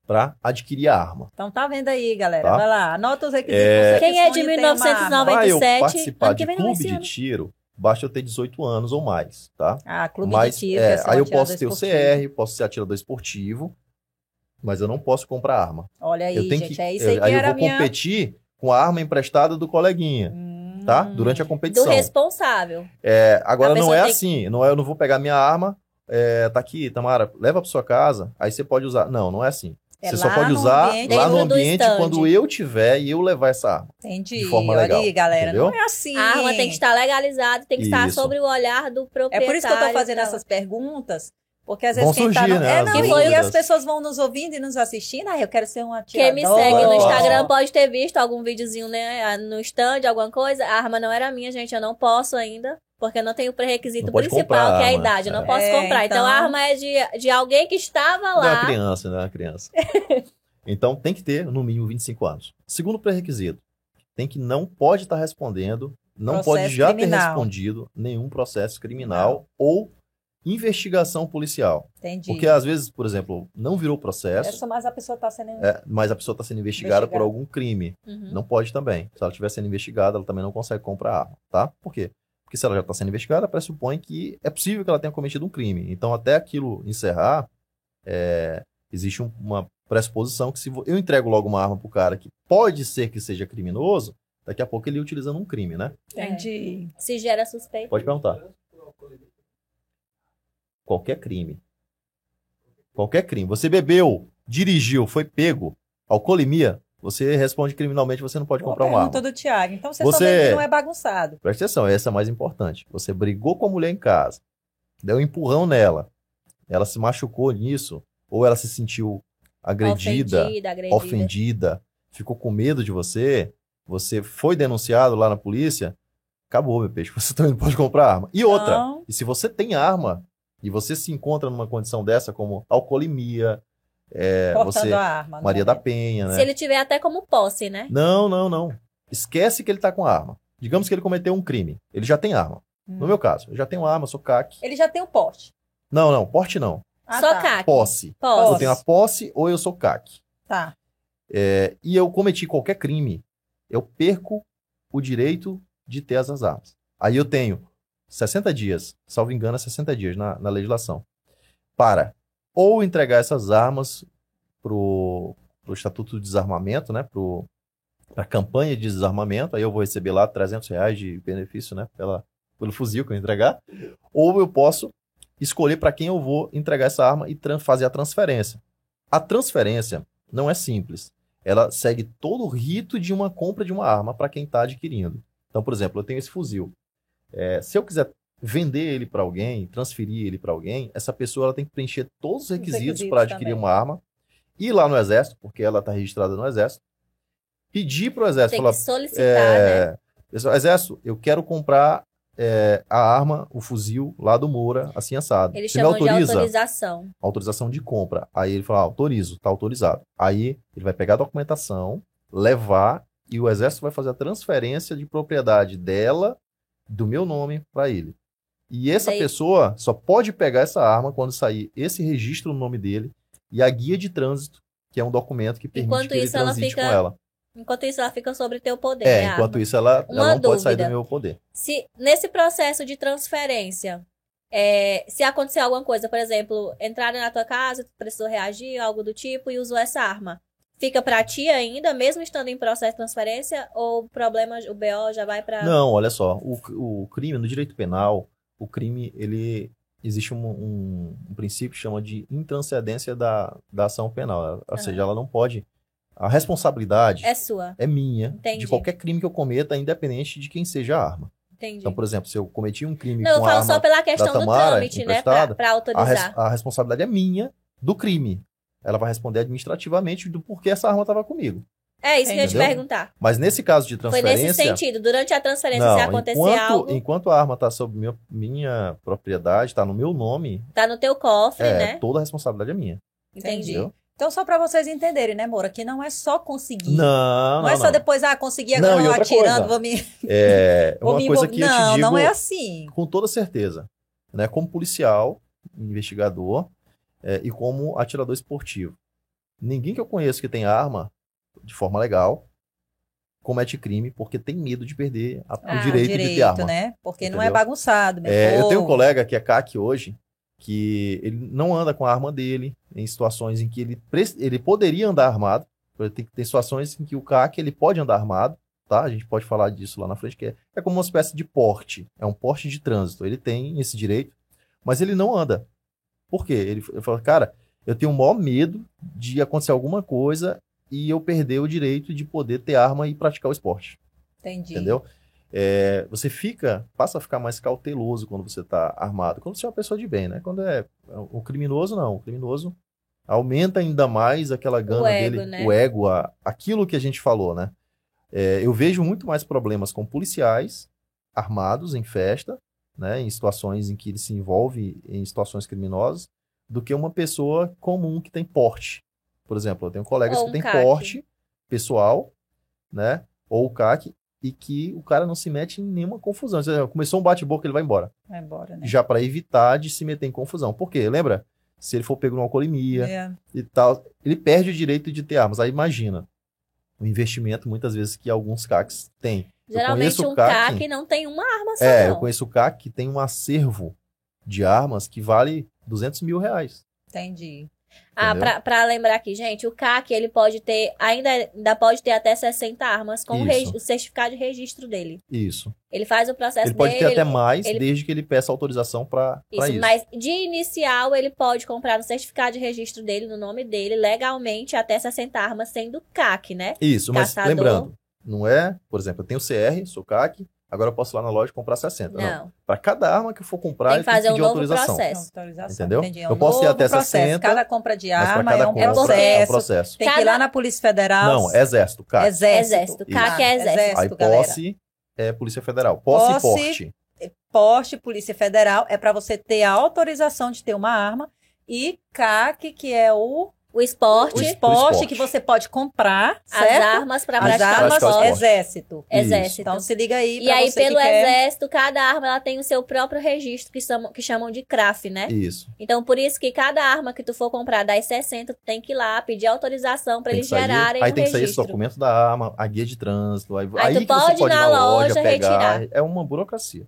C: para adquirir a arma.
A: Então tá vendo aí, galera.
C: Tá.
A: Vai lá, anota os requisitos. Você
C: É.
A: que
B: Quem é
A: sonha
B: de
A: em ter uma arma.
B: 1909?
C: Para eu
B: 97,
C: participar
B: ano que
C: de
B: vem não vai
C: clube
B: ser
C: de
B: ano.
C: tiro, basta eu ter 18 anos ou mais, tá?
A: Ah, clube
C: mas
A: de tiro.
C: é,
A: quer ser um
C: aí eu
A: atirador
C: posso ter o
A: esportivo.
C: CR, posso ser atirador esportivo, mas eu não posso comprar arma.
A: Olha aí,
C: eu tenho
A: gente.
C: que,
A: É isso
C: eu-
A: aí que
C: aí eu
A: era a
C: vou
A: minha...
C: competir com a arma emprestada do coleguinha,
A: Hum.
C: tá? Durante a
B: do
C: competição.
B: responsável.
C: É, agora
B: A
C: não
B: pessoa
C: é
B: tem que-
C: assim, não é, eu não vou pegar minha arma, é, tá aqui, Tamara, leva pra sua casa, aí você pode usar. Não, não é assim.
A: É
C: você só
A: lá
C: pode
A: no
C: usar
A: ambiente-
C: lá no
B: Dentro do
C: ambiente
B: stand.
C: quando eu tiver e eu levar essa arma.
A: Entendi.
C: de forma
A: Olha
C: legal,
A: aí, galera. Não
C: entendeu?
A: é assim.
B: A arma tem que estar legalizada, tem que estar
C: Isso.
B: sobre o olhar do
A: É
B: proprietário.
A: por isso que eu tô fazendo
B: dela.
A: essas perguntas. Porque às
C: Vão
A: vezes quem tá
C: surgir,
A: no...
C: né,
A: é,
C: as
A: não, e
C: dúvidas.
A: as pessoas vão nos ouvindo e nos assistindo. Ah, eu quero ser um
B: Quem
A: atirador.
B: me segue no
C: Adoro.
B: Instagram pode ter visto algum videozinho, né? No stand, alguma coisa. A arma não era minha, gente. Eu não posso ainda. Porque eu não tenho o pré-requisito
C: Não pode
B: principal,
C: comprar a
B: que é a
C: arma,
B: idade. Eu não
C: é.
B: posso
A: É,
B: comprar. Então,
A: então-
B: a arma é de, de alguém que estava
C: Não é uma
B: Tá lá.
C: criança, não é uma criança. Então tem que ter, no mínimo, 25 anos. Segundo pré-requisito, tem que não pode estar respondendo, não
A: Processo
C: pode já ter
A: criminal.
C: respondido nenhum processo criminal ou investigação policial.
A: Entendi.
C: Porque é às vezes, por exemplo, não virou processo,
A: Essa, mas a pessoa tá sendo...
C: é, mas a pessoa está sendo investigada por
A: Investigada.
C: algum crime.
B: Uhum.
C: Não pode também. Se ela estiver sendo investigada, ela também não consegue comprar arma, tá? Por quê? Porque se ela já está sendo investigada, pressupõe que é possível que ela tenha cometido um crime. Então, até aquilo encerrar, é, existe um- uma pressuposição que se vo- eu entrego logo uma arma pro cara que pode ser que seja criminoso, daqui a pouco ele ia utilizando um crime, né?
A: Entendi.
B: Se gera suspeita.
C: Pode perguntar. Qualquer crime. Qualquer crime. Você bebeu, dirigiu, foi pego, alcoolemia, você responde criminalmente, você não pode
A: Boa
C: comprar uma arma.
A: pergunta do Tiago. Então você, só
C: Você-
A: vê que não é bagunçado.
C: Presta atenção, essa é a mais importante. Você brigou com a mulher em casa, deu um empurrão nela, ela se machucou nisso, ou ela se sentiu agredida,
B: Ofendida, agredida.
C: ofendida, ficou com medo de você, você foi denunciado lá na polícia, acabou, meu peixe, você também não pode comprar arma. E outra,
A: Então,
C: e se você tem arma e você se encontra numa condição dessa, como alcoolemia, é,
A: cortando
C: você,
A: a arma.
C: Maria
A: né?
C: da Penha, né?
B: Se ele tiver até como posse, né?
C: Não, não, não. Esquece que ele tá com arma. Digamos que ele cometeu um crime. Ele já tem arma. No
A: Hum.
C: meu caso, eu já tenho arma, sou CAC.
A: Ele já tem o porte.
C: Não, não, porte não.
A: Ah,
B: Só
A: tá.
B: CAC.
C: Posse.
A: Posse.
C: Eu tenho a posse ou eu sou CAC.
A: Tá.
C: É, e eu cometi qualquer crime, eu perco o direito de ter essas armas. Aí eu tenho 60 dias, salvo engano, é 60 dias na, na legislação, para ou entregar essas armas pro, pro Estatuto de Desarmamento, né? Pro, pra campanha de desarmamento, aí eu vou receber lá 300 reais de benefício, né? Pela, pelo fuzil que eu entregar. Ou eu posso escolher para quem eu vou entregar essa arma e tran- fazer a transferência. A transferência não é simples. Ela segue todo o rito de uma compra de uma arma para quem está adquirindo. Então, por exemplo, eu tenho esse fuzil. É, se eu quiser vender ele para alguém, transferir ele para alguém, essa pessoa ela tem que preencher todos os requisitos,
A: requisitos
C: para adquirir
A: também.
C: uma arma, ir lá no exército, porque ela está registrada no exército, pedir para o exército,
B: Tem
C: falar,
B: que solicitar, né?
C: é, pessoal, Exército, eu quero comprar é, a arma, o fuzil lá do Moura, assim assado.
B: Eles
C: Você me
B: chamam de
C: autoriza?
B: autorização.
C: Autorização de compra. Aí ele fala, ah, autorizo, tá autorizado. Aí ele vai pegar a documentação, levar e o Exército vai fazer a transferência de propriedade dela, do meu nome, para ele. E essa
B: Daí-
C: pessoa só pode pegar essa arma quando sair esse registro no nome dele e a guia de trânsito, que é um documento que permite
B: Enquanto
C: que ele
B: isso, ela
C: transite
B: fica-
C: com ela.
B: Enquanto isso, ela fica sobre teu poder.
C: É,
B: né,
C: enquanto
B: Arma?
C: isso, ela,
B: Uma
C: ela não pode sair do
B: dúvida.
C: meu poder.
B: Se, nesse processo de transferência, é, se acontecer alguma coisa, por exemplo, entraram na tua casa, tu precisou reagir, algo do tipo, e usou essa arma, fica pra ti ainda, mesmo estando em processo de transferência, ou o problema, o BO já vai pra.
C: Não, olha só, o, o crime, no direito penal, o crime, ele existe um, um- um princípio que chama de intranscendência da, da ação penal. Ou
B: Aham.
C: seja, ela não pode. A responsabilidade é,
B: É sua.
C: minha
B: Entendi.
C: de qualquer crime que eu cometa, independente de quem seja a arma.
B: Entendi.
C: Então, por exemplo, se eu cometi um crime
B: Não, eu
C: com a
B: falo só
C: arma,
B: pela questão do
C: Tamara,
B: trâmite, né? Pra,
C: emprestada,
B: pra
C: a, res-
B: autorizar.
C: a responsabilidade é minha do crime. Ela vai responder administrativamente do porquê essa arma estava comigo.
B: É isso que eu ia te
C: Entendeu?
B: perguntar.
C: Mas nesse caso de
B: Foi
C: transferência,
B: nesse sentido. Durante a transferência,
C: Não,
B: se acontecer
C: enquanto,
B: algo,
C: enquanto a arma está sob minha, minha propriedade, está no meu nome,
B: tá no teu cofre,
C: é,
B: né?
C: toda a responsabilidade é minha.
B: Entendi.
C: Entendeu?
A: Então, só para vocês entenderem, né, Moura? Que não é só conseguir.
C: Não,
A: Não,
C: não,
A: é só
C: não.
A: depois, ah, consegui
C: Não,
A: agora
C: e
A: não,
C: outra
A: atirando,
C: coisa.
A: vou me,
C: É
A: vou
C: uma
A: me
C: coisa
A: envolver.
C: que eu
A: Não,
C: te digo
A: não é assim.
C: com toda certeza, né? Como policial, investigador é, e como atirador esportivo. Ninguém que eu conheço que tem arma de forma legal comete crime porque tem medo de perder a-
B: Ah,
C: o direito, de ter arma.
A: né? Porque não é
C: Entendeu?
A: bagunçado, meu
C: É, eu
A: povo.
C: tenho um colega que é CAC hoje, que ele não anda com a arma dele em situações em que ele, pre- ele poderia andar armado. Tem, tem situações em que o CAC ele pode andar armado, tá? A gente pode falar disso lá na frente, que é, é como uma espécie de porte. É um porte de trânsito. Ele tem esse direito, mas ele não anda. Por quê? Ele, ele fala, cara, eu tenho o maior medo de acontecer alguma coisa e eu perder o direito de poder ter arma e praticar o esporte
A: Entendi.
C: entendeu? É, você fica, passa a ficar mais cauteloso quando você está armado, quando você é uma pessoa de bem, né? Quando é o criminoso, não. O criminoso aumenta ainda mais aquela gana
B: ego,
C: dele,
B: né?
C: o ego, a- aquilo que a gente falou, né? É, eu vejo muito mais problemas com policiais armados em festa, né? Em situações em que ele se envolve em situações criminosas, do que uma pessoa comum que tem porte. Por exemplo, eu tenho colegas
B: Ou
C: que
B: um
C: têm
B: caque.
C: porte pessoal, né? Ou o CAC, e que o cara não se mete em nenhuma confusão. Ou seja, Começou um bate-boca, ele vai embora.
A: Vai embora, né?
C: Já para evitar de se meter em confusão. Por quê? Lembra? Se ele for pego numa alcoolemia
A: É.
C: e tal, ele perde o direito de ter armas. Aí imagina o investimento, muitas vezes, que alguns CACs têm. Eu
B: Geralmente
C: conheço
B: um
C: CAC.
B: CAC não tem uma arma só,
C: É, eu
B: não.
C: conheço o CAC que tem um acervo de armas que vale 200 mil reais.
A: Entendi.
B: Ah,
C: entendeu?
B: pra, pra lembrar aqui, gente, o CAC, ele pode ter, ainda, ainda pode ter até 60 armas com o, regi-
C: Isso.
B: o certificado de registro dele.
C: Isso.
B: Ele faz o processo
C: Ele pode ter
B: dele.
C: até mais,
B: ele-
C: desde que ele peça autorização para
B: isso,
C: isso. isso.
B: mas de inicial ele pode comprar no certificado de registro dele, no nome dele, legalmente, até 60 armas, sendo CAC, né?
C: Isso, mas
B: Caçador.
C: lembrando, não é, por exemplo, eu tenho CR, sou CAC, agora eu posso ir lá na loja e comprar 60. Não.
B: Não.
C: Para cada arma que eu for comprar,
B: Tem que
C: eu tenho
B: fazer
C: que
B: um
C: pedir
B: novo
C: autorização.
B: processo.
A: Então, autorização,
C: Entendeu?
A: Entendi. É um
C: Eu posso ir
A: novo
C: até
A: processo.
C: 60,
A: Cada compra de
C: Mas para
A: arma
C: cada
A: é um
C: compra
B: porque-
C: é
A: processo.
C: um processo.
A: Tem que ir
B: Cada-
A: lá na Polícia Federal.
C: Não, é exército, CAC.
A: Exército.
B: Exército.
A: Ah,
B: CAC é exército.
C: Aí
A: galera.
C: posse é Polícia Federal. Posse,
A: Posse-
C: e porte.
A: Porte, Polícia Federal, é para você ter a autorização de ter uma arma. E CAC, que é o,
B: O esporte,
A: o
C: Os-
A: esporte
C: esporte.
A: que você pode comprar,
B: as
A: certo?
B: armas pra
A: As
B: praticar
A: armas,
B: o
C: Praticar o
B: esporte.
C: esporte.
A: exército.
B: Exército.
A: Então se liga aí
B: E
A: pra
B: aí,
A: você que
B: pelo
A: quer.
B: exército, cada arma ela tem o seu próprio registro, que chamam, que chamam de CRAF, né?
C: Isso.
B: Então, por isso que cada arma que tu for comprar das 60, tu tem que ir lá pedir autorização pra
C: Tem
B: eles
C: que sair-
B: gerarem
A: um
C: aí
B: o
C: tem que sair esse
B: registro.
C: documento da arma, a guia de trânsito. Aí,
B: Aí tu
C: que
B: pode
C: você
B: ir
C: pode ir
B: na
C: na loja,
B: loja,
C: pegar. É uma burocracia.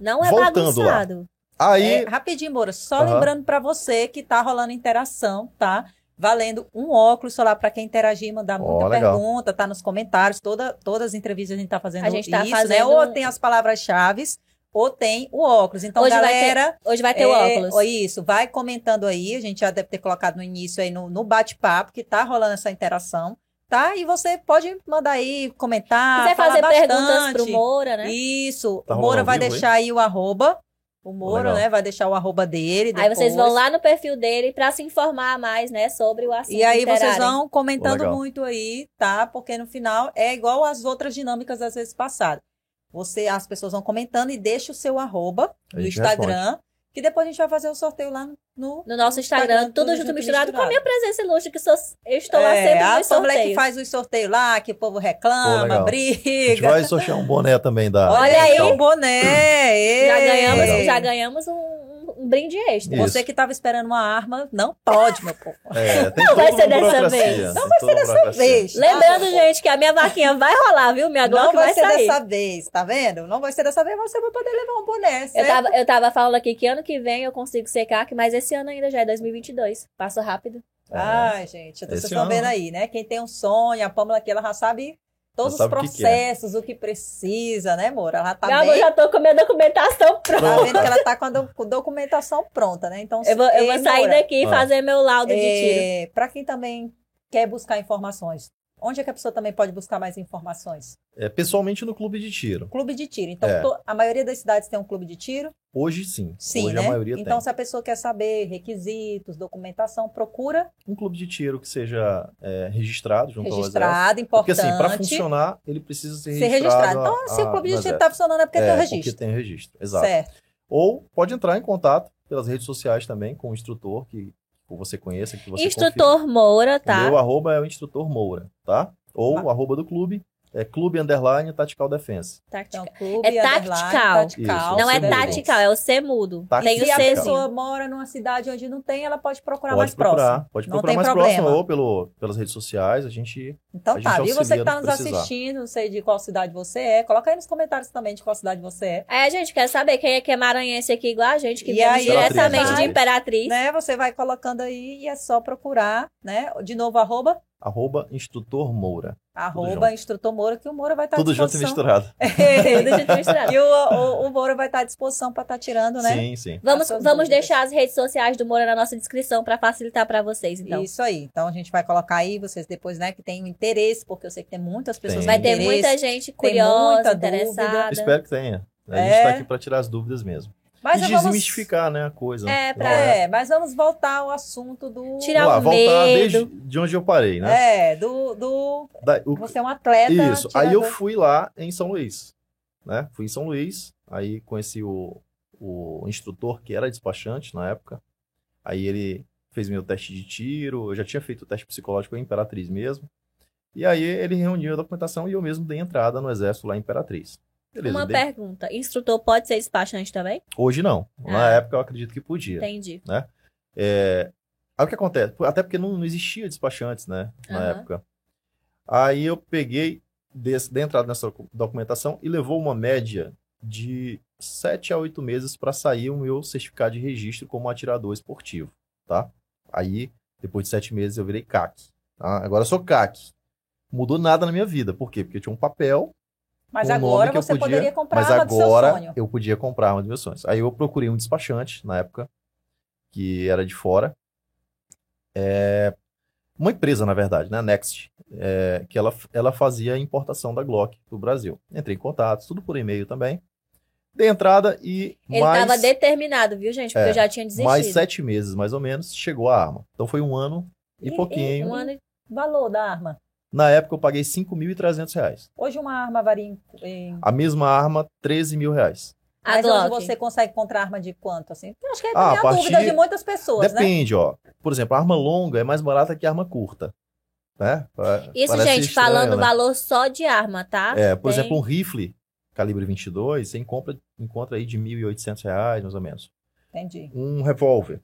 B: Não é
C: Voltando
B: bagunçado.
C: Aí,
A: É, rapidinho, Moura, só
C: Aham.
A: lembrando para você que tá rolando interação, tá? Valendo um óculos solar para quem interagir, mandar
C: Ó,
A: muita
C: legal.
A: pergunta, tá nos comentários, toda, todas as entrevistas a gente tá fazendo
B: A gente tá
A: isso, né?
B: fazendo
A: Ou
B: um-
A: tem as palavras-chave, ou tem o óculos. Então,
B: Hoje vai ter
A: galera,
B: Hoje vai ter o
A: é,
B: óculos.
A: ó, Isso, vai comentando aí. A gente já deve ter colocado no início aí no, no bate-papo que tá rolando essa interação, tá? E você pode mandar aí, comentar.
B: quiser fazer
A: falar
B: perguntas
A: bastante.
B: pro Moura, né?
A: Isso.
C: Tá
A: o
C: rolando
A: Moura
C: ao
A: vai
C: vivo,
A: deixar aí o arroba. O Moura,
C: Legal.
A: né? Vai deixar o arroba dele.
B: Aí vocês
A: depois.
B: vão lá no perfil dele pra se informar mais, né, sobre o assunto.
A: E aí vocês
B: literário.
A: vão comentando
C: Legal.
A: muito aí, tá? Porque no final é igual às outras dinâmicas das vezes passadas. Você, as pessoas vão comentando e deixa o seu arroba
C: A
A: no
C: gente
A: Instagram, que depois a gente vai fazer o sorteio lá no
B: no nosso Instagram, tudo, junto, misturado, com a minha presença ilustre, que sou, eu estou lá
A: É,
B: sempre
A: a
B: nos
A: Assembleia que
B: sorteios.
A: faz os sorteios lá, que o povo
C: Pô,
A: reclama,
C: legal. A gente
A: briga.
C: vai sortear um boné também da. Então,
A: Olha
C: da
A: aí
C: Cal.
A: o boné!
B: Já
A: ei!
B: ganhamos,
C: Legal.
B: já ganhamos um, um- um brinde extra.
C: Isso.
A: Você que estava esperando uma arma, não pode, meu povo.
C: É, tem
B: Não vai
C: toda
B: ser
C: uma
B: dessa
C: burocracia,
B: vez.
C: tem
A: Não vai ser
C: toda uma
A: dessa
C: burocracia.
A: vez.
B: Lembrando,
A: Ah,
B: gente, que a minha vaquinha vai rolar, viu? Minha
A: não
B: Glock
A: vai, ser
B: sair.
A: dessa vez, tá vendo? Não vai ser dessa vez, você vai poder levar um boné.
B: Eu
A: certo?
B: tava, eu tava falando aqui que ano que vem eu consigo ser CAC, mas esse ano ainda já é 2022. Passa rápido.
A: Ai, gente, vocês
C: Esse
A: estão
C: ano,
A: vendo
C: né?
A: aí, né? Quem tem um sonho, a Pâmela aqui, ela já sabe todos
C: Já sabe
A: os
C: o que que é.
A: processos, o que precisa, né, Moura? Ela tá
B: Meu amor,
A: bem...
B: já tô com a minha documentação pronta.
A: Tá vendo que
C: Pronta.
A: ela tá com a do- com documentação pronta, né? Então,
B: Eu vou, eu
A: ei,
B: vou sair
A: Moura,
B: daqui e
C: Ah.
B: fazer meu laudo de tiro.
A: É, para quem também quer buscar informações, onde é que a pessoa também pode buscar mais informações?
C: É, pessoalmente no clube de tiro.
A: Clube de tiro. Então,
C: É.
A: to- a maioria das cidades tem um clube de tiro?
C: Hoje sim.
A: Sim,
C: Hoje
A: né?
C: a maioria
A: então,
C: tem.
A: se a pessoa quer saber requisitos, documentação, procura
C: Um clube de tiro que seja é, registrado junto ao exército.
A: registrado,
C: Porque
A: importante.
C: assim, para funcionar, ele precisa ser
A: ser
C: registrado.
A: registrado. Então,
C: a-
A: se o
C: a-
A: clube
C: no
A: de tiro
C: exército.
A: tá funcionando é porque tem o
C: É,
A: registro.
C: Porque tem o registro, exato.
A: Certo.
C: Ou pode entrar em contato pelas redes sociais também com o instrutor que que você conheça, que você confie.
B: Instrutor Moura,
C: O
B: tá?
C: meu arroba é o instrutor Moura, tá? Ou o arroba do clube, é clube underline tactical defense.
B: Tática.
A: Então, clube,
B: É
A: underline,
B: tactical.
A: tactical.
C: Isso,
B: Não é
C: Sem dúvida.
B: tactical, é o C mudo.
C: Tactical.
B: Tem o
A: Se a
B: C.
A: pessoa mora numa cidade onde não tem, ela pode procurar mais
C: pode procurar,
A: próximo.
C: pode
A: Não
C: procurar
A: tem
C: mais
A: problema.
C: próximo ou pelo, pelas redes sociais, a gente
A: Então
C: A
A: tá,
C: gente
A: viu? Você que
C: auxilia
A: tá
C: no
A: nos
C: que precisar.
A: assistindo, não sei de qual cidade você é, coloca aí nos comentários também de qual cidade você é.
B: É, a gente quer saber quem é que é maranhense aqui igual a gente, que
A: E
B: vem
A: aí,
B: diretamente
C: Imperatriz,
B: de
C: né?
B: Imperatriz.
A: Né? Você vai colocando aí e é só procurar, né? De novo, arroba,
C: arroba instrutor Moura.
A: arroba
C: junto.
A: instrutor Moura, que o Moura vai estar Tá à
C: Tudo junto e
A: disposição. É,
C: misturado.
B: Tudo
A: Né?
B: junto e misturado.
A: e o, o, o Moura vai estar à disposição para estar tirando, né?
C: Sim, sim.
B: Vamos,
A: suas
B: vamos
A: dúvidas.
B: deixar as redes sociais do Moura na nossa descrição pra facilitar pra vocês, então.
A: Isso aí. Então a gente vai colocar aí, vocês depois, né, que tem um interesse, porque eu sei que tem muitas pessoas com
C: Tem.
B: Vai ter
A: interesse.
B: muita gente curiosa,
A: muita
B: interessada.
C: Espero que tenha. A gente
A: É.
C: está aqui para tirar as dúvidas mesmo.
A: Mas
C: e
A: eu vamos-
C: desmistificar, né, a coisa.
B: É, pra-
C: Não
A: É, mas vamos voltar ao assunto do.
B: Tirar
C: Vamos lá,
B: o
C: voltar
B: medo.
C: desde de onde eu parei, né?
A: É, do. do
C: Da- o-
A: você é um atleta.
C: isso. Aí eu
A: tirador.
C: fui lá em São Luís, né? Fui em São Luís, aí conheci o, o instrutor que era despachante na época. Aí ele fez meu teste de tiro, eu já tinha feito o teste psicológico em Imperatriz mesmo. E aí ele reuniu a documentação e eu mesmo dei entrada no exército lá em Imperatriz. Beleza,
B: Uma
C: dei-
B: pergunta. Instrutor pode ser despachante também?
C: Hoje não. Na
B: Ah.
C: época eu acredito que podia.
B: Entendi.
C: É, aí o que acontece? Até porque não, não existia despachantes, né? Na
B: Aham.
C: época. Aí eu peguei, desse, dei entrada nessa documentação e levou uma média de 7 a 8 meses para sair o meu certificado de registro como atirador esportivo, tá? Aí, depois de 7 meses, eu virei CAC. tá? Agora eu sou CAC. Mudou nada na minha vida. Por quê? Porque eu tinha um papel
A: Mas
C: o nome
A: agora
C: que eu
A: você
C: podia,
A: poderia comprar
C: mas
A: a arma do seu
C: agora
A: sonho.
C: eu podia comprar a arma dos meus sonhos. Aí eu procurei um despachante na época, que era de fora. É, Uma empresa, na verdade, né? Next. é, que ela, ela fazia a importação da Glock pro Brasil. Entrei em contato, tudo por e-mail também. Dei entrada e
B: Ele
C: mais,
B: tava determinado, viu, gente? Porque
C: É,
B: eu já tinha desistido.
C: mais sete meses, mais ou menos, chegou a arma. Então foi um ano e,
A: E- e
C: pouquinho.
B: Um ano e-
A: Valor da arma.
C: Na época eu paguei 5.300 reais.
A: Hoje uma arma varia em. em...
C: A mesma arma, 13 mil reais.
B: A
A: Mas hoje
B: Ah, Glock.
A: você consegue comprar arma de quanto, assim? Eu acho que é
C: Ah,
A: a minha
C: a partir-
A: dúvida de muitas pessoas, né?
C: Depende, ó. Por exemplo, a arma longa é mais barata que a arma curta. Né? Pa-
B: Isso,
C: parece
B: gente,
C: estranho,
B: falando
C: né?
B: valor só de arma, tá?
C: É, por
B: Tem-
C: exemplo, um rifle calibre 22, você encontra, encontra aí de R$ 1.800, reais, mais ou menos.
A: Entendi.
C: Um revólver, R$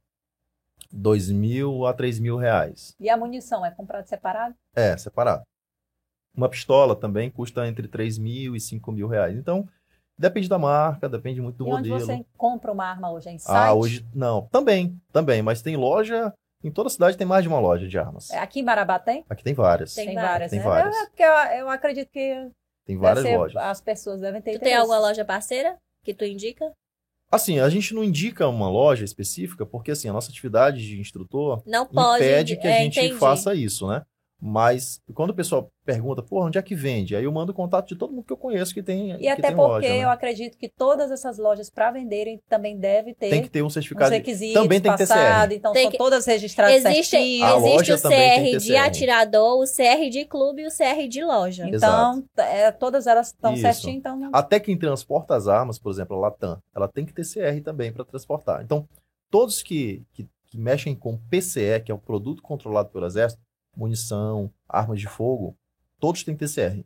C: 2.000 a R$ 3.000. reais.
A: E a munição é comprada separada?
C: É, separado. Uma pistola também custa entre R$ 3.000 e R$ 5.000. reais. Então, depende da marca, depende muito do
A: e onde
C: modelo.
A: você compra uma arma hoje? É em site?
C: Ah, hoje não. Também, também, mas tem loja, em toda cidade tem mais de uma loja de armas.
A: É, Aqui em Marabá tem?
C: Aqui tem várias.
B: Tem várias.
A: várias,
C: Tem
A: né?
C: várias.
A: É, porque eu, eu acredito que
C: Tem
A: deve
C: várias
A: ser-
C: lojas.
A: as pessoas devem ter
B: Tu tem
A: interesse.
B: alguma loja parceira? que tu indica?
C: Assim, a gente não indica uma loja específica, porque assim, a nossa atividade de instrutor
B: Não pode.
C: impede que a
B: é,
C: gente
B: entendi.
C: faça isso, né? Mas quando o pessoal pergunta, pô, onde é que vende? Aí eu mando o contato de todo mundo que eu conheço que tem
A: E
C: que
A: até
C: tem
A: porque
C: loja, né?
A: eu acredito que todas essas lojas, para venderem, também deve ter
C: Tem que ter um
A: os
C: certificado. de-
A: requisitos
C: Também tem que ter
A: passado, então
B: Tem
A: são
B: que-
A: todas registradas
B: Existe,
A: certinho.
C: A
B: existe
C: loja
B: o
C: também tem
B: CR
C: que um. ter
B: de
C: CR.
B: atirador, o CR de clube e o CR de loja.
A: Então, t- é, todas elas estão
C: Isso. Ah,
A: certinho, então não-
C: Até quem transporta as armas, por exemplo, a Latam, ela tem que ter CR também para transportar. Então, todos que, que, que mexem com PCE, que é o produto controlado pelo Exército, munição, armas de fogo, todos têm que ter CR,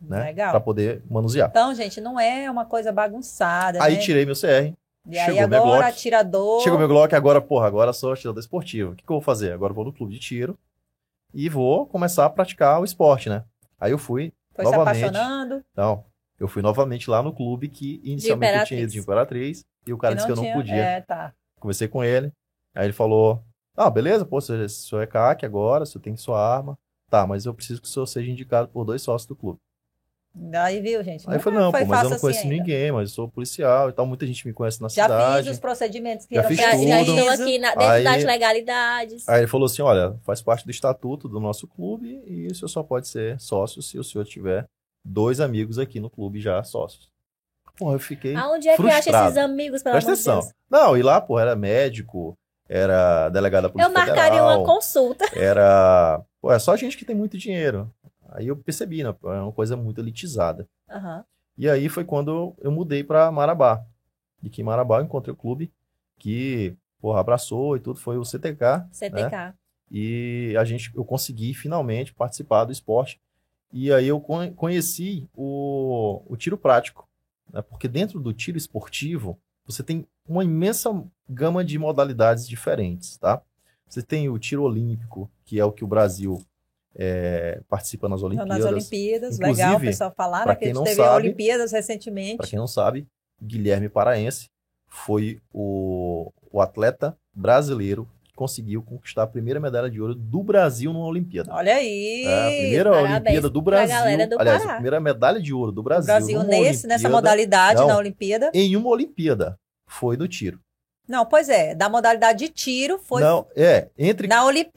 C: né? Para
A: legal.
C: poder manusear.
A: Então, gente, não é uma coisa bagunçada,
C: Aí
A: né?
C: tirei meu CR,
A: E aí
C: chegou minha
A: agora,
C: Glock.
A: atirador...
C: chegou meu Glock, agora, porra, agora sou atirador esportivo. O que, que eu vou fazer? Agora eu vou no clube de tiro e vou começar a praticar o esporte, né? Aí eu fui
A: foi
C: novamente.
A: se apaixonando.
C: Então, eu fui novamente lá no clube que inicialmente eu tinha ido de Imperatriz e o cara
A: que
C: disse que eu não
A: tinha-
C: podia.
A: É, tá.
C: Conversei com ele, aí ele falou: Ah, beleza, pô, você, você é CAC agora, você tem sua arma. Tá, mas eu preciso que o senhor seja indicado por dois sócios do clube.
A: Aí viu, gente.
C: Aí eu falei,
A: é-
C: não,
A: foi
C: pô, mas eu
A: fácil
C: não conheço
A: assim ainda.
C: ninguém, mas eu sou policial e tal, muita gente me conhece na
A: Já
C: cidade.
A: fiz os procedimentos que
C: Já
A: eram
C: fiz
B: Já,
A: precisos.
B: já
C: tudo.
B: estou aqui na- dentro
C: Aí-
B: das legalidades.
C: Aí ele falou assim: olha, faz parte do estatuto do nosso clube e o senhor só pode ser sócio se o senhor tiver dois amigos aqui no clube já sócios. Porra, eu fiquei.
B: Aonde é que acha
C: frustrado.
B: esses amigos, pelo
C: Presta
B: amor de
C: atenção.
B: Deus?
C: Não, e lá, pô, era médico, era delegado da Polícia
B: Eu marcaria
C: Federal,
B: uma consulta.
C: era... Pô, é só gente que tem muito dinheiro. Aí eu percebi, né? pô, É uma coisa muito elitizada.
B: Aham.
C: E aí foi quando eu, eu mudei pra Marabá. E que em Marabá eu encontrei o clube que, porra, abraçou e tudo, foi o CTK.
B: CTK.
C: É? E a gente, eu consegui finalmente participar do esporte. E aí eu con- conheci o, o tiro prático, né? porque dentro do tiro esportivo você tem uma imensa gama de modalidades diferentes, tá? Você tem o tiro olímpico, que é o que o Brasil eh, participa nas
A: Então,
C: Olimpíadas.
A: Nas Olimpíadas,
C: Inclusive,
A: legal o pessoal falar,
C: pra
A: né, que a
C: quem
A: gente
C: não
A: teve
C: sabe-
A: Olimpíadas recentemente.
C: Para quem não sabe, Guilherme Paraense foi o, o atleta brasileiro que conseguiu conquistar a primeira medalha de ouro do Brasil numa Olimpíada.
A: Olha aí!
C: É, a primeira
B: parabéns
C: Olimpíada do
B: pra
C: Brasil.
B: galera do
C: aliás,
B: Pará.
C: a primeira medalha de ouro do
A: O
C: Brasil.
A: Brasil
C: numa
A: nesse, nessa
C: Olimpíada,
A: modalidade,
C: Não.
A: na Olimpíada.
C: Em uma Olimpíada. Foi no tiro.
A: Não, pois é, da modalidade de tiro foi
C: Não, é, entre
A: na Olimpíada.